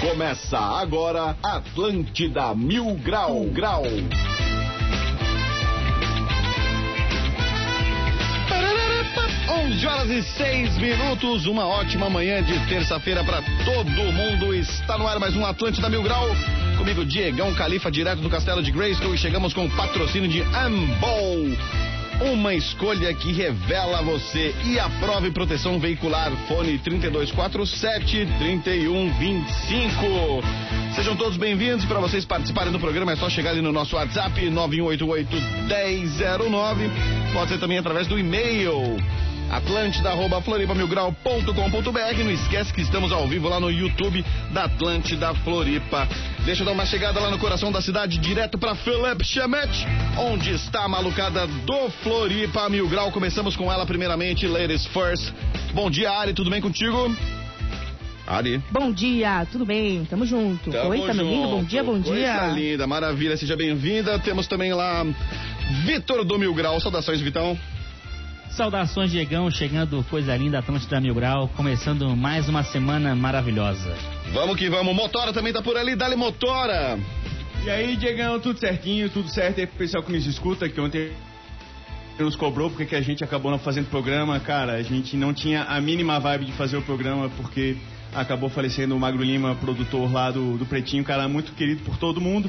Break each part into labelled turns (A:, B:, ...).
A: Começa agora Atlântida Mil Grau Grau. Tararara, 11 horas e 6 minutos, uma ótima manhã de terça-feira para todo mundo. Está no ar mais um Atlântida Mil Grau. Comigo, Diegão Califa, direto do Castelo de Grayskull. E chegamos com o patrocínio de Ambol. Uma escolha que revela você e aprove proteção veicular. Fone 3247 3125. Sejam todos bem-vindos. Para vocês participarem do programa é só chegar ali no nosso WhatsApp 9188 1009. Pode ser também através do e-mail atlântida.floripamilgrau.com.br. Não esquece que estamos ao vivo lá no YouTube da Atlântida Floripa. Deixa eu dar uma chegada lá no coração da cidade, direto para Philip Chamet, onde está a malucada do Floripa Mil Grau. Começamos com ela primeiramente, ladies first. Bom dia, Ari, tudo bem contigo? Ari.
B: Bom dia, tudo bem? Tamo junto. Oi, tá me ouvindo? Bom dia, bom
A: Coisa
B: dia.
A: linda, maravilha, seja bem-vinda. Temos também lá Vitor do Mil Grau. Saudações, Vitão.
C: Saudações, Diegão, chegando coisa linda, Atlântida Mil Grau, começando mais uma semana maravilhosa.
A: Vamos que vamos. Motora também tá por ali, dale Motora.
D: E aí, Diegão, tudo certinho, tudo certo aí pro pessoal que nos escuta, que ontem nos cobrou porque que a gente acabou não fazendo programa, cara, a gente não tinha a mínima vibe de fazer o programa porque acabou falecendo o Magro Lima, produtor lá do, do Pretinho, cara muito querido por todo mundo.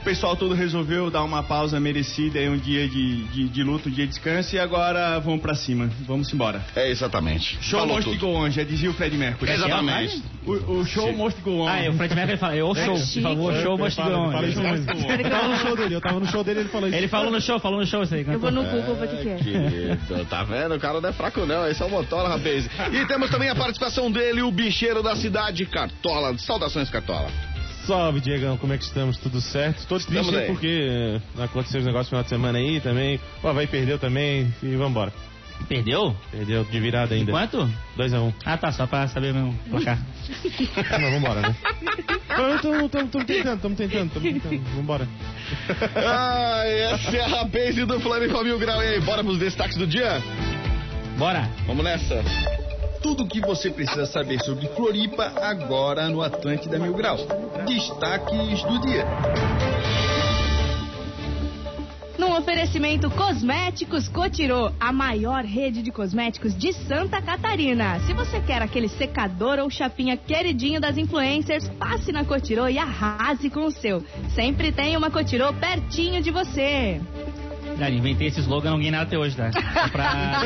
D: O pessoal todo resolveu dar uma pausa merecida e um dia de, de, de luto, um dia de descanso e agora vamos pra cima, vamos embora.
A: É exatamente.
D: Show
A: Falou
D: Most
A: tudo.
D: Go On, já dizia o Fred Mercury.
A: Exatamente.
D: O, o show Most Go On.
C: Ah, é, o Fred Mercury fala, eu show,
B: chique.
C: ele falou show, mas
E: Fala, fala isso
C: ele,
E: mesmo. Eu tava no show dele, eu tava no show dele, ele falou isso.
C: ele falou no show, falou no show, isso aí.
B: Eu
C: cantou.
B: vou no Google ver o que, que é.
A: Querido, tá vendo? O cara não é fraco não, esse é o Motola, rapaz. E temos também a participação dele, o bicheiro da cidade, Cartola. Saudações, Cartola.
E: Salve, Diegão, como é que estamos? Tudo certo? Tô triste
A: Estamos
E: né,
A: aí.
E: porque eh, aconteceu os negócios no final de semana aí também. O Havaí perdeu também e vambora.
C: Perdeu?
E: Perdeu de virada ainda.
C: Quanto?
E: 2x1. Um.
C: Ah, tá, só pra saber mesmo, placar.
E: Ah, Não, vambora, né? Estamos tentando, estamos tentando, estamos tentando. Vambora.
A: Ai, essa é a rapaz do Flamengo Mil Grau. E aí, bora pros destaques do dia?
C: Bora.
A: Vamos nessa.
D: Tudo o que você precisa saber sobre Floripa agora no Atlântida Mil Grau. Destaques do dia.
B: Num oferecimento Cosméticos Cotirô, a maior rede de cosméticos de Santa Catarina. Se você quer aquele secador ou chapinha queridinho das influencers, passe na Cotirô e arrase com o seu. Sempre tem uma Cotirô pertinho de você.
C: Cara, inventei esse slogan, não ganhei nada até hoje, tá? Só
D: Ah,
C: pra...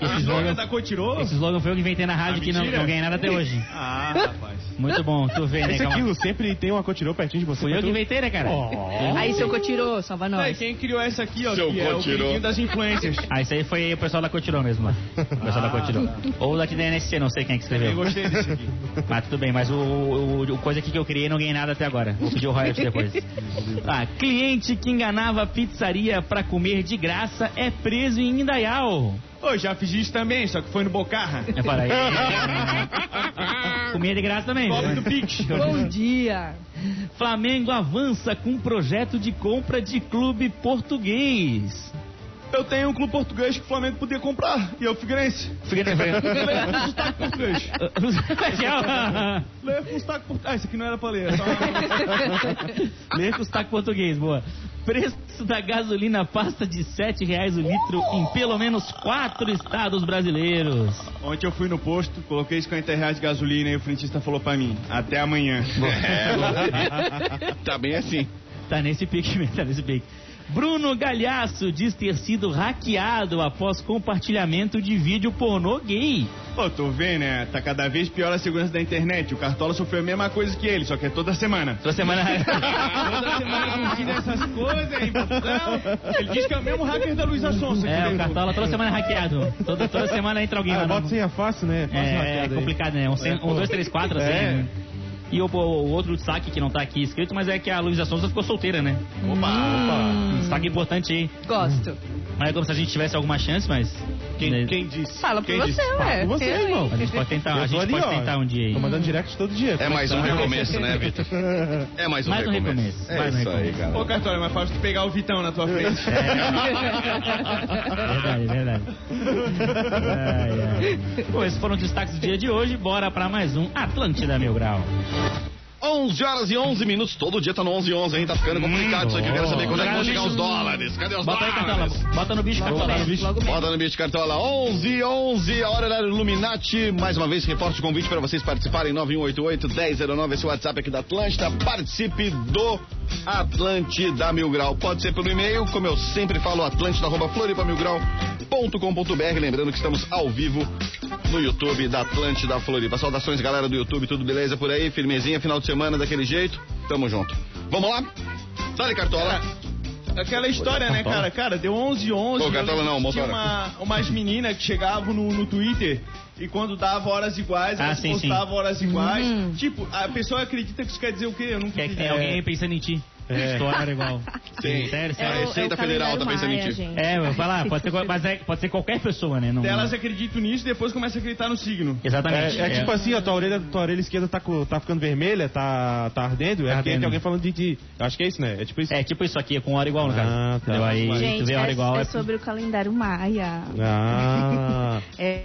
C: esse, slogan,
D: da Cotirô?
C: esse slogan foi eu que inventei na rádio, que não, não ganhei nada até hoje.
D: Ah, rapaz.
C: Muito bom, tu vê, né,
E: Esse
C: calma.
E: aquilo sempre tem uma cotirô pertinho de você.
C: Fui
E: pra
C: eu que
E: tu-
C: inventei, né, cara?
E: Oh.
B: Aí, seu Cotirô, salva
D: Não, e
B: nós.
D: quem criou essa aqui, ó,
A: Seu
D: que é o
A: Cotirô.
D: queridinho das influências.
C: Ah, isso aí foi o pessoal da Cotirô mesmo. ó. O pessoal da Cotirô. Ou daqui da NSC, não sei quem é que
D: Ah. Eu
C: escreveu.
D: gostei desse aqui.
C: Mas tudo bem, mas o, o- o coisa aqui que eu criei não ganhei nada até agora. Vou pedir o royalties depois. Ah, cliente que enganava a pizzaria pra comer de graça é preso em Indaial.
D: Ô, já fiz isso também, só que foi no Bocarra.
C: É para aí. Comer de graça também.
D: Cobre
C: né?
D: do Pix.
E: Então,
B: Bom dia.
C: Flamengo avança com um projeto de compra de clube português.
D: Eu tenho um clube português que o Flamengo podia comprar. E eu, Figueirense.
C: Fica na frente.
D: Leva um sotaque português.
C: Tchau.
D: Leva um sotaque português. Ah, isso aqui não era pra ler. é Só...
C: Lê com sotaque português, boa. Preço da gasolina passa de R$ 7 reais o litro em pelo menos quatro estados brasileiros.
D: Ontem eu fui no posto, coloquei 50 reais de gasolina e o frentista falou pra mim, até amanhã.
A: Tá bem assim.
C: Tá nesse pique mesmo, tá nesse pique. Bruno Galhaço diz ter sido hackeado após compartilhamento de vídeo pornô gay.
D: Pô, tu vê, né? Tá cada vez pior a segurança da internet. O Cartola sofreu a mesma coisa que ele, só que é toda semana.
C: Toda semana.
D: Toda semana que tira essas coisas, hein? Não, ele diz que é o mesmo hacker da Luísa Sonsa.
C: É,
D: que
C: o Cartola toda semana é hackeado. Toda, toda semana entra alguém
E: Ah,
C: lá.
E: bota
C: no-
E: sem a fácil, né? Fácil
C: É, é
E: hackeada aí.
C: complicado, né? Um, cem- um, dois, três, quatro, assim.
E: É.
C: né? E o, o outro destaque que não tá aqui escrito, mas é que a Luísa Souza ficou solteira, né?
D: Opa,
E: Hum.
D: opa.
C: Um destaque importante aí.
B: Gosto.
C: Não é como se a gente tivesse alguma chance, mas. né,
D: disse?
B: Fala pra
D: Quem
B: você,
D: disse?
B: ué.
E: Com você,
B: Eu, hein?
E: irmão.
C: A gente pode tentar, a
E: Eu tô
C: gente
E: ali,
C: pode
E: ó.
C: tentar um
D: É.
C: dia aí.
E: Tô mandando direct todo dia.
A: É mais um recomeço, né, Vitor? É mais um
C: Mais um
A: recomeço.
C: recomeço,
A: É
C: mais um
A: isso aí,
C: recomeço.
A: cara.
D: Ô, Cartola, mas fácil tu pegar o Vitão na tua frente.
C: Verdade, verdade. Ai, ai. Bom, esses foram os destaques do dia de hoje. Bora pra mais um Atlântida Mil Grau.
A: 11 horas e 11 minutos. Todo dia tá no 11 e 11, hein? Tá ficando complicado isso aqui. Eu quero saber quando é que vão chegar os dólares. Cadê os
C: Bota aí, Cartola.
A: dólares?
C: Bota no bicho, Cartola.
B: menos, logo menos.
A: Bota no bicho cartola 11 11, a hora da Illuminati. Mais uma vez, reforço o convite para vocês participarem 9188-1009. Esse é WhatsApp aqui da Atlântida. Participe do Atlântida Mil Grau. Pode ser pelo e-mail, como eu sempre falo, atlântida.floripamilgrau.com.br. Lembrando que estamos ao vivo no YouTube da Atlântida Floripa. Saudações, galera do YouTube, tudo beleza por aí? Firmezinha, final de semana daquele jeito. Tamo junto. Vamos lá? Sale, Cartola.
D: Aquela história, né, cara? Cara, deu 11 11
A: Ô, Cartola, não,
D: Tinha
A: motora.
D: uma, umas meninas que chegavam no, no Twitter e quando dava horas iguais,
C: Ah,
D: elas
C: sim, sim.
D: postavam horas iguais. Tipo, a pessoa acredita que isso quer dizer o quê? Eu não
C: Quer que tenha
D: entendi.
E: É.
C: alguém aí pensando em ti. História igual.
A: Sim.
C: Sério,
A: É,
C: sério.
A: Receita
B: o
A: Federal
B: calendário
A: tá pensando em
B: Maia,
A: ti.
B: gente.
C: É, eu vou falar, pode ser, qual- mas é- pode ser qualquer pessoa, né? Não,
B: é-
D: Elas acreditam nisso e depois começam a acreditar no signo.
C: Exatamente.
E: É, é tipo assim, a tua orelha, tua orelha esquerda tá, co- tá ficando vermelha, tá, tá ardendo. É
C: Tá
E: porque
C: ardendo.
E: tem alguém falando de, de- Acho que é isso, né? É tipo isso.
C: É tipo isso aqui, é com hora igual, no
E: Ah,
C: caso.
E: tá.
C: Entendeu? Aí tu
B: Gente,
C: vê a hora
B: é,
C: igual.
B: é
C: é-
B: sobre o calendário Maia.
D: Né?
E: Ah.
B: É.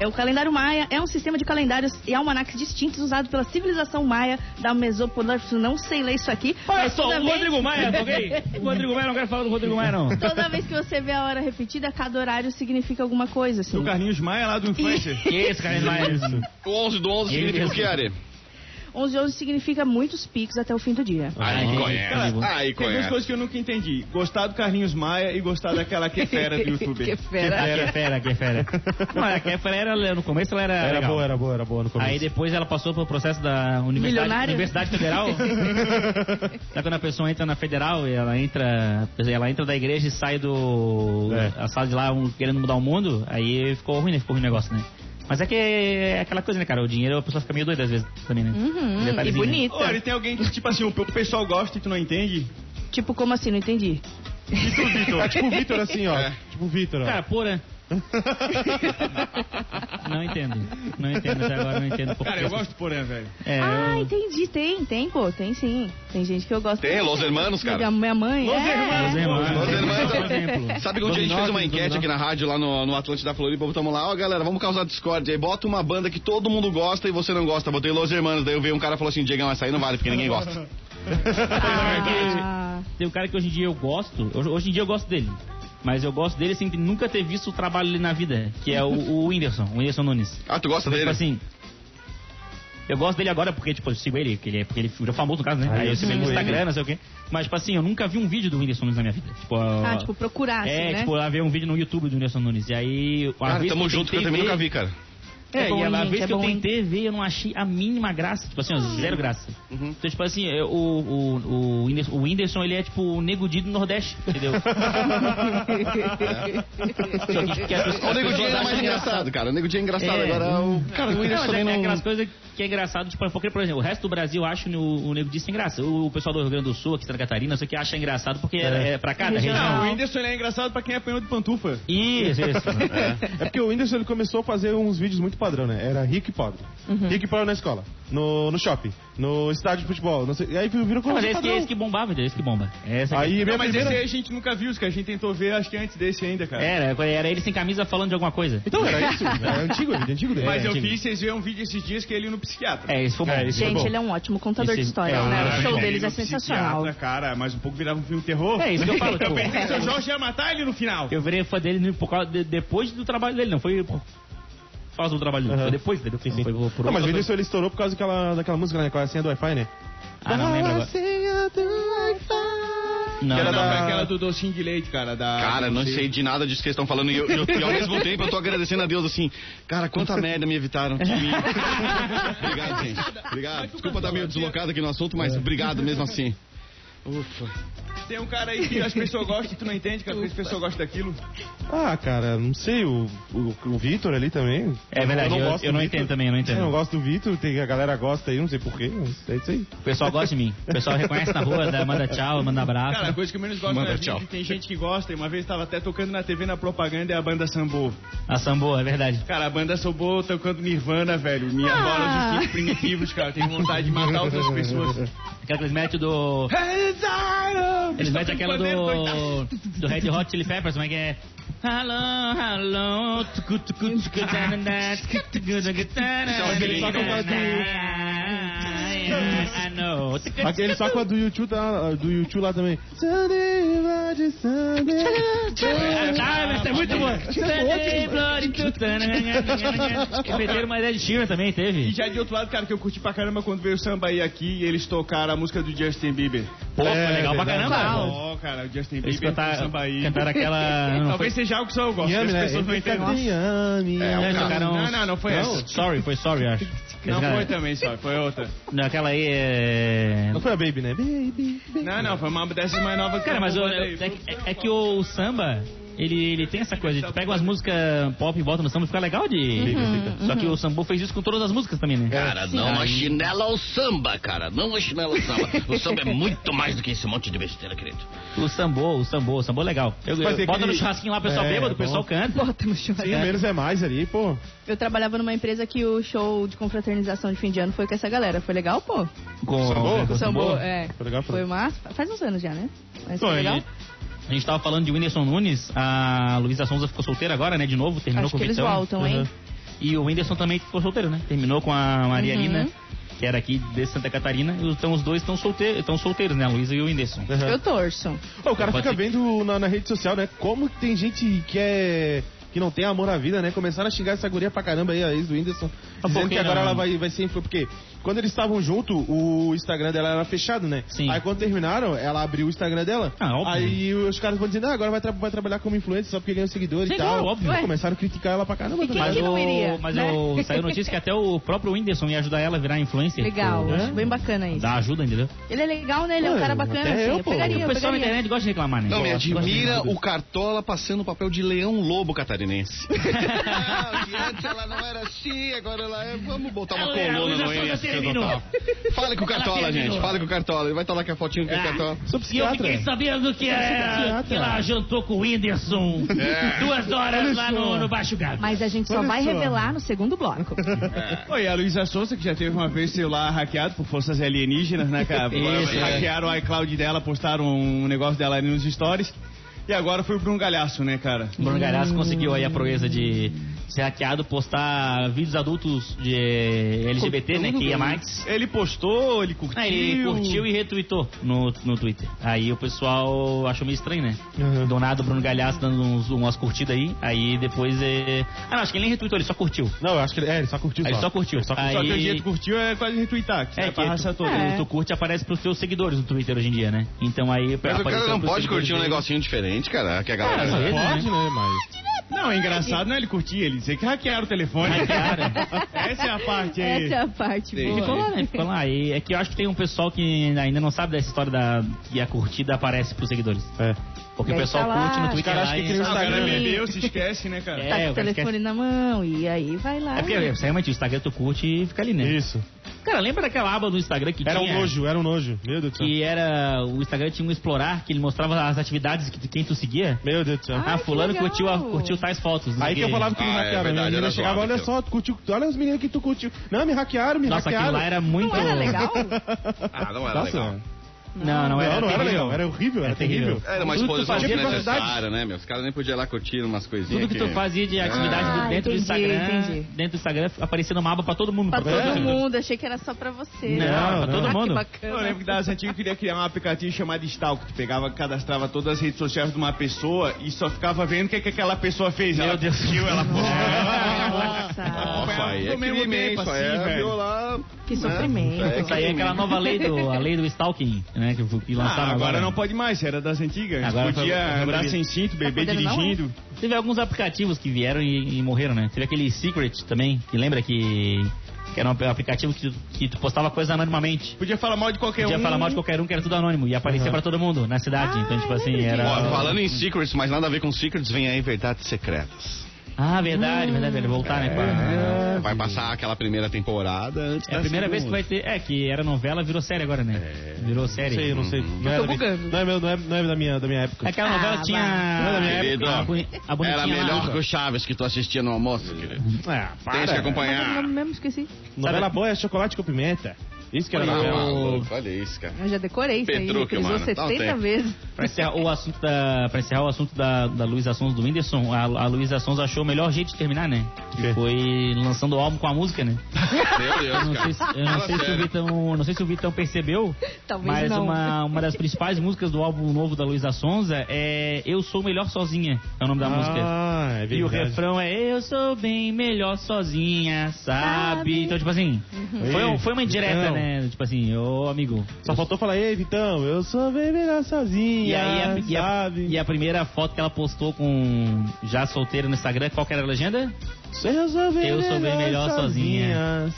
B: É o calendário maia, é um sistema de calendários e almanacs distintos usado pela civilização maia da Mesopotâmia. Não sei ler isso aqui.
C: Olha
B: mas
C: só,
B: toda
C: o
B: vez-
C: Rodrigo Maia, ok? O Rodrigo Maia, não quero falar do Rodrigo Maia, não.
B: Toda vez que você vê a hora repetida, cada horário significa alguma coisa, assim.
D: O Carlinhos Maia lá do Influencer.
C: Que esse cara é mais.
A: O 11 do 11
C: Ele
A: significa o
C: mesmo.
A: que, Ari?
B: 11 11 significa muitos picos até o fim do dia.
C: Ai,
A: Aí
C: gente,
A: conhece.
C: cara,
A: Aí
D: Tem duas
A: conhece.
D: coisas que eu nunca entendi. Gostar do Carlinhos Maia e gostar daquela que é fera do
B: que é
D: youtuber.
B: fera.
C: Que fera, que fera. Não, a Kéfera era, no começo ela era.
E: Era
C: legal.
E: boa, era boa, era boa no começo.
C: Aí depois ela passou pelo processo da Universidade,
B: Milionária?
C: Universidade Federal. Sabe quando a pessoa entra na federal e ela entra, ela entra da igreja e sai do.
E: É.
C: A sala de lá um, querendo mudar o mundo, aí ficou ruim, né? Ficou ruim o negócio, né? Mas é que é aquela coisa, né, cara? O dinheiro a pessoa fica meio doida às vezes também, né?
B: Uhum, e
C: Detalhezinho, né?
B: bonita.
D: Olha, tem alguém que, tipo assim, o pessoal gosta e tu não entende? É
B: Tipo, como assim? Não entendi.
E: Tá tipo o Vitor assim, ó.
A: É.
E: Tipo o Vitor, ó.
C: Cara, pura. não entendo. Não entendo até agora, não entendo. por
D: Cara,
C: que
D: eu
C: essas-
D: gosto, porém, velho.
C: É,
B: ah,
C: eu-
B: entendi. Tem, tem, pô. Tem sim. Tem gente que eu gosto.
A: Tem, Los Hermanos, cara.
B: Minha, minha mãe.
D: Los
B: é.
D: Hermanos,
C: Os irmãos,
A: Os irmãos,
C: por exemplo.
A: Sabe que um dia a gente fez uma enquete aqui na rádio, lá no, no Atlântida da Floripa, botamos lá, ó galera, vamos causar discórdia. Aí bota uma banda que todo mundo gosta e você não gosta. Botei Los Hermanos, daí eu vi um cara e falou assim, Diegão, essa aí não vale, porque ninguém gosta.
B: tá, Ah,
C: Tem um cara que hoje em dia eu gosto, hoje- hoje em dia eu gosto dele. Mas eu gosto dele sem ter- nunca ter visto o trabalho dele na vida, que é o, o Whindersson, o Whindersson Nunes.
A: Ah, tu gosta
C: Tipo
A: dele?
C: assim. Eu gosto dele agora porque, tipo, eu sigo ele, que ele é, porque ele virou famoso no caso, né?
E: Ah,
C: Aí eu
E: eu
C: sigo ele no
E: sigo
C: Instagram,
E: ele.
C: não sei o quê. Mas, tipo assim, eu nunca vi um vídeo do Whindersson Nunes na minha vida. Tipo,
B: ah,
C: a-
B: tipo, procurar, assim,
C: é,
B: né?
C: tipo, lá ver um vídeo no YouTube do Whindersson Nunes. E aí, uma
A: Cara,
C: vez
A: tamo junto que eu também
C: tentei
A: nunca
C: ver-
A: vi, cara.
C: é,
B: É bom,
C: e a
B: gente,
C: vez
B: é
C: que eu
B: bom, hein?
C: tentei ver, eu não achei a mínima graça. Tipo assim, ó, zero graça. Então, tipo assim, é, o, o, o, Whindersson, o Whindersson, ele é tipo o Nego Di do Nordeste, entendeu? Só que- que as pessoas-
A: O
C: as
A: Nego
C: pessoas
A: Dia era
C: acham
A: mais engraçado, cara. O Nego Dia é engraçado.
C: É.
A: Agora, o cara, o
C: Não,
A: Whindersson
C: mas
A: também
C: é, é
A: não...
C: aquelas coisas que é engraçado, tipo, porque, por exemplo, o resto do Brasil acha o, o Nego Di sem graça. O, pessoal do Rio Grande do Sul, aqui em Santa Catarina, isso aqui acha engraçado porque é, é pra cada
D: Não, o
C: região.
D: Whindersson ele é engraçado pra quem apanhou de pantufa.
C: Isso, isso.
E: É porque o Whindersson ele começou a fazer uns vídeos muito padrão, né? Era rico e pobre.
C: Uhum.
E: Rico e pobre na escola, no, no shopping, no estádio de futebol, não sei. E aí virou
C: Não,
E: como
C: mas é esse que, é esse que bombava, entendeu? Esse que bomba. É essa aqui.
E: Aí
D: Não,
E: minha
D: mas
E: primeira... É,
D: esse aí a gente nunca viu, os que a gente tentou ver, acho que antes desse ainda, cara.
C: Era, era ele sem camisa falando de alguma coisa.
E: Então era isso, era antigo, ele é antigo dele.
D: Mas
C: É,
D: eu
C: antigo.
D: vi, vocês viram um vídeo esses dias que ele no psiquiatra.
C: É, esse foi bom.
E: É, esse foi
B: Gente,
E: bom.
B: ele é um ótimo contador
C: Esse-
B: de história,
D: um
C: é,
B: né?
C: é,
B: O show
C: é,
B: deles
D: Ele
B: é
D: no
B: sensacional.
D: psiquiatra, cara, mas um pouco virava um filme terror.
C: É isso que eu falo, tipo,
D: Eu pensei que seu Jorge ia matar ele no final.
C: eu virei fã dele no- por causa de- depois do trabalho dele, não foi por causa do trabalho dele,
E: Aham.
C: foi depois dele. Sim, sim. Foi por
E: Não, mas o
C: outra-
E: Whindersson ele estourou por causa daquela, daquela música, né? Com a senha do Wi-Fi, né?
C: Ah, não lembro agora.
E: senha do Wi-Fi.
C: Não,
D: Não,
C: não,
D: não,
E: da-
D: foi aquela do docinho de leite, cara. Da...
C: Ah,
A: Cara, não sei de nada disso que vocês estão falando. E, eu- e eu- e ao mesmo tempo eu tô agradecendo a Deus assim, cara, quanta merda me evitaram de mim. obrigado, gente. Obrigado. Desculpa estar meio deslocado aqui no assunto,
C: É.
A: mas obrigado mesmo assim. Ufa.
D: Tem um cara aí que as pessoas gostam e tu não entende, cara, porque as pessoas gostam daquilo.
E: Ah, cara, não sei, o, o, o Vitor ali também.
C: É verdade, eu, eu
E: do
C: não
E: Vitor.
C: entendo também, eu não
E: Eu não
C: entendo.
E: gosto do Vitor, tem, a galera gosta aí, não sei porquê, é isso aí.
C: O pessoal gosta de mim. O pessoal reconhece na rua, dá- manda tchau, manda abraço.
D: Cara, a coisa que eu menos gosto
A: Manda
D: na vida,
A: tchau.
D: que tem gente que gosta, e uma vez tava até tocando na TV na propaganda, é a banda Sambo.
C: A Samboa, é verdade.
D: Cara, a banda Sambo tocando Nirvana, velho. Minha
B: Ah.
D: bola de instintos primitivos, cara. Tenho vontade de matar outras pessoas.
C: Aquela que eles metem do. Eles metem aquela do. Do Red Hot Chili Peppers, como é que é? Hello, hello. tucu, tucu, tucu, taraná, tucu, tucu, tucu, taraná,
A: Isso é uma delícia.
C: taraná. I know.
E: Aquele só com a do YouTube, tá, do YouTube lá também. Sunday, Bloody Sunday.
C: Ah, mas é muito bom. Meteram uma ideia de Sheeran também,
D: E
C: teve?
D: já é de outro lado, cara, que eu curti pra caramba quando veio o Samba aí aqui e eles tocaram a música do Justin Bieber.
C: Pô, foi legal pra
E: É, verdade.
C: caramba.
D: Ó, cara, o Justin
C: Ah,
D: Bieber
C: Eles
D: com o
C: cantaram,
D: Samba aí.
C: cantaram aquela... Não, foi-
D: Talvez seja algo que só eu gosto,
E: Yami,
D: que as
E: né?
D: pessoas não
E: Ele
D: entendem.
E: canta Yami.
A: É,
C: Eles
A: cara.
C: tocaram-
D: Não, não, não foi essa.
C: Sorry, foi sorry, acho. Eles
D: Não foi
C: cantaram-
D: também, só, foi outra.
C: Não, aquela aí é...
E: Não foi a Baby, né? Baby. baby.
D: Não, não, foi uma dessas mais novas que
C: Cara, mas o-
D: eu,
C: é, é- é que o samba, ele, ele tem essa coisa, de tu pega umas músicas pop e bota no samba, fica legal de...
B: Uhum,
C: Só que o Sambo fez isso com todas as músicas também, né?
F: Cara, não a chinela ao samba, cara. Não a chinela ao samba. O samba é muito mais do que esse monte de besteira, querido.
B: É.
C: O Sambo, o Sambo, o Sambo é legal. Eu, eu,
E: Mas tem
C: bota no
E: aquele-
C: churrasquinho lá, o pessoal
E: É,
C: bêbado, o
E: bom.
C: pessoal canta.
B: Bota no churrasco.
E: Sim, menos é mais ali, pô.
B: Eu trabalhava numa empresa que o show de confraternização de fim de ano foi com essa galera. Foi legal, pô.
C: Com,
E: Sambo?
C: com o
B: Sambô,
C: Sambo.
B: é.
E: Foi legal, foi.
B: Foi massa. Faz uns anos já, né? Mas
C: Pô,
B: foi legal.
C: e Então, A gente tava falando de Whindersson Nunes, a Luísa Sonza ficou solteira agora, né? De novo, terminou
B: Acho
C: com o
B: que eles
C: Vitão.
B: voltam, hein?
C: Aham. E o Whindersson também ficou solteiro, né? Terminou com a Maria
B: Uhum.
C: Lina, que era aqui de Santa Catarina. Então os dois estão solteiros, estão solteiros, né? A Luísa e o Whindersson.
E: Aham.
B: Eu torço.
E: Ô, o cara
C: Pode ser.
E: fica vendo na, na rede social, né? Como que tem gente que é. Que não tem amor à vida, né? Começaram a xingar essa guria pra caramba aí, a ex do Whindersson.
C: por
E: Dizendo
C: que
E: que agora
C: não?
E: ela vai, vai ser influ... Porque quando eles estavam junto, o Instagram dela era fechado, né?
C: Sim.
E: Aí quando terminaram, ela abriu o Instagram dela.
C: Ah, óbvio.
E: Aí os caras vão dizendo, ah, agora vai, tra- vai trabalhar como influencer só porque ganha seguidores e
C: Legal,
E: tal.
C: óbvio.
E: Ué. Começaram a criticar ela pra caramba
B: E quem
E: também.
B: que não iria,
C: mas
B: né?
C: eu, saiu notícia que até o próprio Whindersson ia ajudar ela a virar influencer.
B: Legal.
C: Pô,
B: Acho bem bacana isso.
C: Dá ajuda, entendeu?
B: Ele é legal, né? Ele é um
E: Ué,
B: cara bacana.
E: até
B: assim,
E: eu,
B: eu,
E: pô.
B: pegaria, eu
C: o pessoal
B: pegaria.
C: na internet gosta de reclamar, né?
A: Não, me
C: Gosta de
A: admira
C: reclamar.
A: o Cartola passando o papel de leão lobo catarinense. Não, que antes ela não era assim, agora ela é. Vamos botar uma
C: Ela é, a
A: coluna
C: Luísa
A: no
C: Sonza
A: IST
C: terminou.
A: total. Fala com o Cartola,
C: terminou.
A: gente. Fala com o Cartola. Ele vai estar lá com a fotinho com o
C: Ah.
A: Cartola.
E: Sou
C: E eu
E: psiquiatra.
C: fiquei sabendo que, é,
E: psiquiatra.
C: que ela jantou com o Whindersson
A: É.
C: duas horas lá no, no Baixo Gato.
B: Mas a gente só
E: Olha
B: vai
E: só.
B: revelar no segundo bloco.
D: Oi, a Luísa Souza, que já teve uma vez celular hackeado por forças alienígenas, né, cara?
C: Isso, é.
D: Hackearam o iCloud dela, postaram um negócio dela ali nos stories. E agora foi pro um galhaço, né, cara?
C: Bruno Galhaço conseguiu aí a proeza de ser hackeado, postar vídeos adultos de eh, LGBT, né? Que ia mais.
D: Ele postou, ele curtiu.
C: Ah, ele curtiu e retweetou no, no Twitter. Aí o pessoal achou meio estranho, né?
E: Uhum.
C: Do nada o Bruno Galhaço dando uns, umas curtidas aí. Aí depois é. Ah, não, acho que ele nem retweetou, ele só curtiu.
E: Não, eu acho que ele. É, ele só curtiu.
C: Ele só curtiu.
D: Só que o
C: Aí-
D: jeito que curtiu é quase retweetar, que
C: É,
D: é,
C: que
D: pra raça
C: tu,
D: toda.
B: É.
C: tu curte aparece pros seus seguidores no Twitter hoje em dia, né? Então aí...
A: Mas o cara
C: apareceu
A: não
C: pros
A: pode
C: seguidores
A: curtir um
C: dele.
A: negocinho diferente, cara. Que a
C: Às
A: galera.
C: vezes, né?
E: Pode, né? Mas.
D: Não, é engraçado não é ele curtir, ele dizer que hackearam o telefone. Essa é a parte aí.
B: Essa é a parte
A: Sim.
C: Ficou
B: boa.
C: lá, né? Ficou lá. E é que eu acho que tem um pessoal que ainda não sabe dessa história da que a curtida aparece pros seguidores.
E: É.
C: Porque
B: E
C: o
B: aí
C: pessoal
B: tá lá,
C: curte no
B: os
C: Twitter
E: caras
C: lá
E: acham que
C: e...
E: criança-
D: Ah, o cara
B: um Instagram.
D: bebeu, se esquece, né, cara?
B: Tá
C: É,
B: com
C: eu
B: o telefone na mão e aí vai lá. né?
C: É porque, você realmente, o Instagram tu curte e fica ali, né?
E: Isso.
C: Cara, lembra daquela aba do Instagram que
E: Era um
C: tinha...
E: nojo, era um nojo. Meu Deus do céu.
C: Que era... O Instagram tinha um explorar que ele mostrava as atividades que, de quem tu seguia.
E: Meu Deus do céu.
C: Ah,
B: Ai, que
C: fulano
B: legal.
C: curtiu, a- curtiu tais fotos. não sei
E: Aí que eu
C: quê.
E: falava que me
A: Ah, é
E: hackearam. a
A: verdade,
E: minha
A: era
E: menina chegava,
A: zoado então."
E: olha
A: aquilo.
E: só, tu curtiu, olha as meninas que tu curtiu. Não, me hackearam, me
C: Nossa, aquilo
E: hackearam.
C: lá era muito...
B: Não era legal?
A: Ah, não era
E: Nossa,
A: legal.
C: Não, não era
E: não, não era
C: terrível.
E: legal, era horrível, era
C: Era terrível.
E: terrível.
A: Era uma
C: Tudo tu
A: exposição
C: fazia
A: desnecessária, né, meu? Os caras nem podiam ir lá curtir umas coisinhas.
C: Tudo que tu fazia de atividade
B: Ah,
C: dentro do
B: entendi,
C: Instagram,
B: entendi.
C: dentro do Instagram, aparecendo uma aba pra todo mundo.
B: Pra
C: pra
B: todo
E: É.
B: mundo, achei que era só pra você.
C: Tá Não,
E: Não,
C: pra todo
B: Ah, que
C: mundo.
D: Eu lembro que
B: bacana.
D: das antigas eu queria criar um aplicativo chamado Stalk, que tu pegava, cadastrava todas as redes sociais de uma pessoa e só ficava vendo o que, que aquela pessoa fez. Meu ela Deus. curtiu, ela
B: Nossa,
A: Nossa, aí é
D: Ao mesmo
A: crime, hein?
D: tempo,
A: Isso aí
D: assim,
A: é
D: velho.
A: violar.
B: que sofrimento.
A: É,
C: Isso aí é aquela nova lei do, a lei do stalking, né? Que, que
D: Ah,
C: lançaram
D: agora, não pode mais, era das antigas.
C: Agora foi-
D: Podia
C: foi
D: andar
C: proibido.
D: sem cinto, beber
B: podendo não,
D: dirigindo.
C: Teve alguns aplicativos que vieram e, e morreram, né? Teve aquele Secret também, que lembra que, que era um aplicativo que, tu- que tu postava coisa anonimamente.
D: Podia falar mal de qualquer
C: Podia
D: um.
C: falar mal de qualquer um que era tudo anônimo e aparecia pra todo mundo na cidade.
E: Ah,
C: então, tipo assim, era.
A: Ó, falando em secrets, mas nada a ver com secrets, vem aí verdades secretas.
C: Ah, verdade, verdade, verdade. Voltar, né?
A: É, vai passar aquela primeira temporada antes
C: É a
A: da
C: primeira vez que
A: segunda.
C: vai ter. É, que era novela, virou série agora,
E: É.
C: né? Virou série.
E: Não sei, não sei. Não é,
B: tô
E: da minha,
B: bugando.
E: não, é meu, não, é, não é da minha, da minha época.
C: Aquela
B: Ah,
C: novela tinha.
B: vai.
C: na minha
A: Querido,
C: época, a boni- a bonitinha
A: Era
C: lá.
A: melhor que o Chaves que tu assistia no almoço, querido.
E: Ah,
A: Tens que
E: para.
B: Mas eu
A: acompanhar.
B: mesmo esqueci.
E: Novela boa é chocolate com pimenta. Isso
A: Tá
E: que era
F: Ah,
E: novela.
F: maluco, olha isso, cara.
B: Eu já decorei isso aí,
F: Petrucci,
B: frisou
F: mano. Dá um
B: 70
F: tempo.
B: vezes.
C: Pra encerrar o assunto da, pra encerrar o assunto da, da Luísa Sons do Whindersson, a, a Luísa Sons achou o melhor jeito de terminar, né?
E: quê?
C: Que foi lançando o álbum com a música, né?
F: Meu Deus,
C: Não sei,
F: cara.
C: se- eu não
F: Fala
C: sei se o
F: sério.
C: Vitão, não sei se o Vitão percebeu,
B: Talvez
C: mas
B: não.
C: uma, uma das principais músicas do álbum novo da Luísa Sonza é Eu Sou Melhor Sozinha, é o nome da música.
E: Ah, é verdade.
C: E o refrão é Eu sou bem melhor sozinha,
B: Sabe.
C: sabe? Então, tipo assim, foi, um- foi uma indireta,
E: Então.
C: né? Tipo assim, ô amigo.
E: Só faltou falar, ei, Vitão, eu sou bem melhor sozinha,
C: E aí, a, e, a,
E: sabe?
C: e a primeira foto que ela postou com já solteira no Instagram, qual que era a legenda?
E: Eu sou bem,
C: Eu sou bem melhor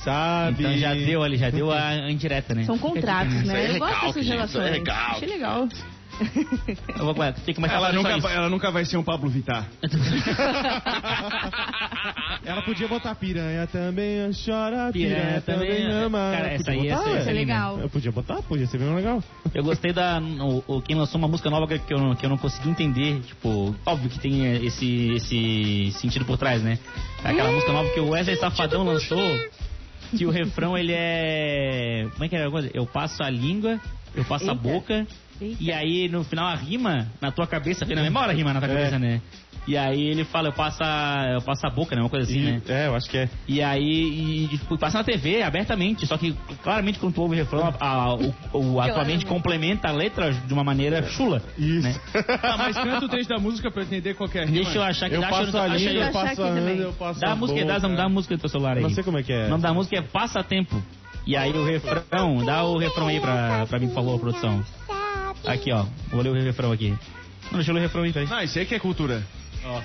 E: sabe?
C: Então já deu ali, já deu a indireta, né?
B: São contratos,
F: Isso aí
B: né?
F: é
B: Eu gosto
F: recalque,
B: dessas
F: gente, isso aí
B: relações.
F: é recalque.
B: Achei legal.
C: Eu vou tem que começar a
D: Ela
C: fazer só
D: nunca,
C: isso.
D: vai- ela nunca vai ser um Pablo Vittar.
E: Ela podia botar piranha também, chora, piranha,
C: Piranha
E: também,
C: também,
E: ama.
C: né? cara, essa
E: podia
C: aí ia
E: botar,
C: ser-
E: ué.
C: essa
B: Isso é
C: aí, né?
B: legal.
E: Eu podia botar, podia ser bem legal.
C: Eu gostei da. O, o- quem lançou uma música nova que eu, não- que eu não consegui entender. Tipo, óbvio que tem é, esse, esse sentido por trás, né? Aquela música nova
B: Hum,
C: que o Wesley Safadão lançou. Que o refrão ele é. Como é que era a coisa? Eu passo a língua, eu passo a
B: Eita.
C: boca.
B: Eita.
C: E aí no final a rima na tua cabeça, vem na memória a rima na tua cabeça, né? E aí ele fala, eu passo a, eu passo a boca, né? Uma coisa assim,
E: E-
C: né?
E: É, eu acho que é.
C: E aí, e, tipo, passa na TV abertamente, só que claramente quando tu ouve o refrão, a, a, o, o- a tua mente complementa a letra de uma maneira chula.
E: É. Isso.
C: Né?
D: Ah, mas canta o trecho da música pra entender qualquer rima.
C: Deixa eu achar que
E: Eu
C: dá acha-
E: passo a
C: acha-
E: língua, eu
B: achar
E: passo
B: aqui
E: a
B: também.
E: anda, eu passo
C: Dá
E: a
C: a música,
E: boca.
C: dá, dá a música do teu celular aí.
E: Não sei como é que é.
C: O nome da música é Passa Tempo. E aí o refrão, Então, dá o refrão aí pra, pra mim, por favor, produção. Aqui, ó. Vou ler o refrão aqui. Não, deixa eu ler o refrão aí, peraí.
D: Não, isso aí que é cultura.
C: Ó.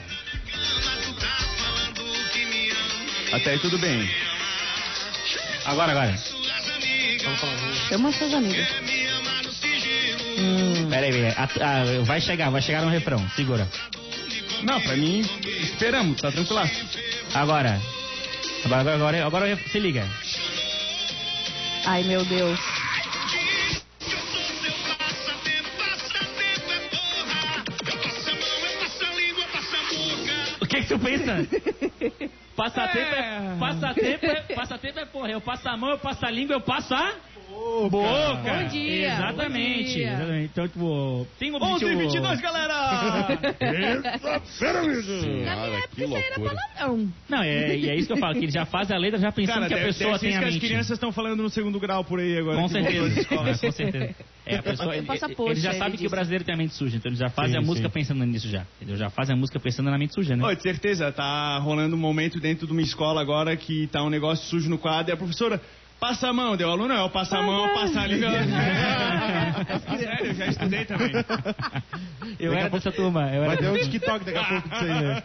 D: Até aí tudo bem.
C: Agora, agora.
B: Chama suas amigas. Hum.
C: Peraí, peraí. Ah, ah, vai chegar, vai chegar no refrão. Segura.
D: Não, pra mim, esperamos, tá tranquilo.
C: Agora. Agora, agora, agora, agora o ref- se liga.
B: Ai, meu Deus.
C: O que que tu pensa? Passatempo
D: É.
C: é... Passatempo é... Passatempo é porra. Eu passo a mão, eu passo a língua, eu passo a... Boca.
B: Bom dia, bom
C: Exatamente.
B: dia.
C: exatamente. Então, tipo... Tem um
D: 11
C: objetivo...
D: e 22, galera!
F: Senhora, que loucura.
B: palavrão.
C: Não, é, e é isso que eu falo. Que ele já faz a letra já pensando
D: Cara,
C: que a
D: deve,
C: pessoa
D: deve ser
C: tem
D: isso
C: a
D: que as
C: mente.
D: crianças estão falando no segundo grau por aí agora.
C: Com
D: que voltou das
C: certeza.
D: escolas.
C: com certeza. É, a pessoa,
B: Eu
C: ele,
B: faço a
C: ele
B: poxa,
C: já
B: ele
C: sabe que
B: disse.
C: o brasileiro tem a mente suja, então ele já faz
E: Sim,
C: a música
E: sim.
C: pensando nisso já. Ele já faz a música pensando na mente suja, né?
D: Ô, de certeza, tá rolando um momento dentro de uma escola agora que tá um negócio sujo no quadro e a professora passa a mão, deu aluno, é, eu passo a mão, passa a língua. Sério, eu já estudei também.
C: Eu era dessa turma. Eu era
E: Vai ter um TikTok daqui a pouco disso aí, né?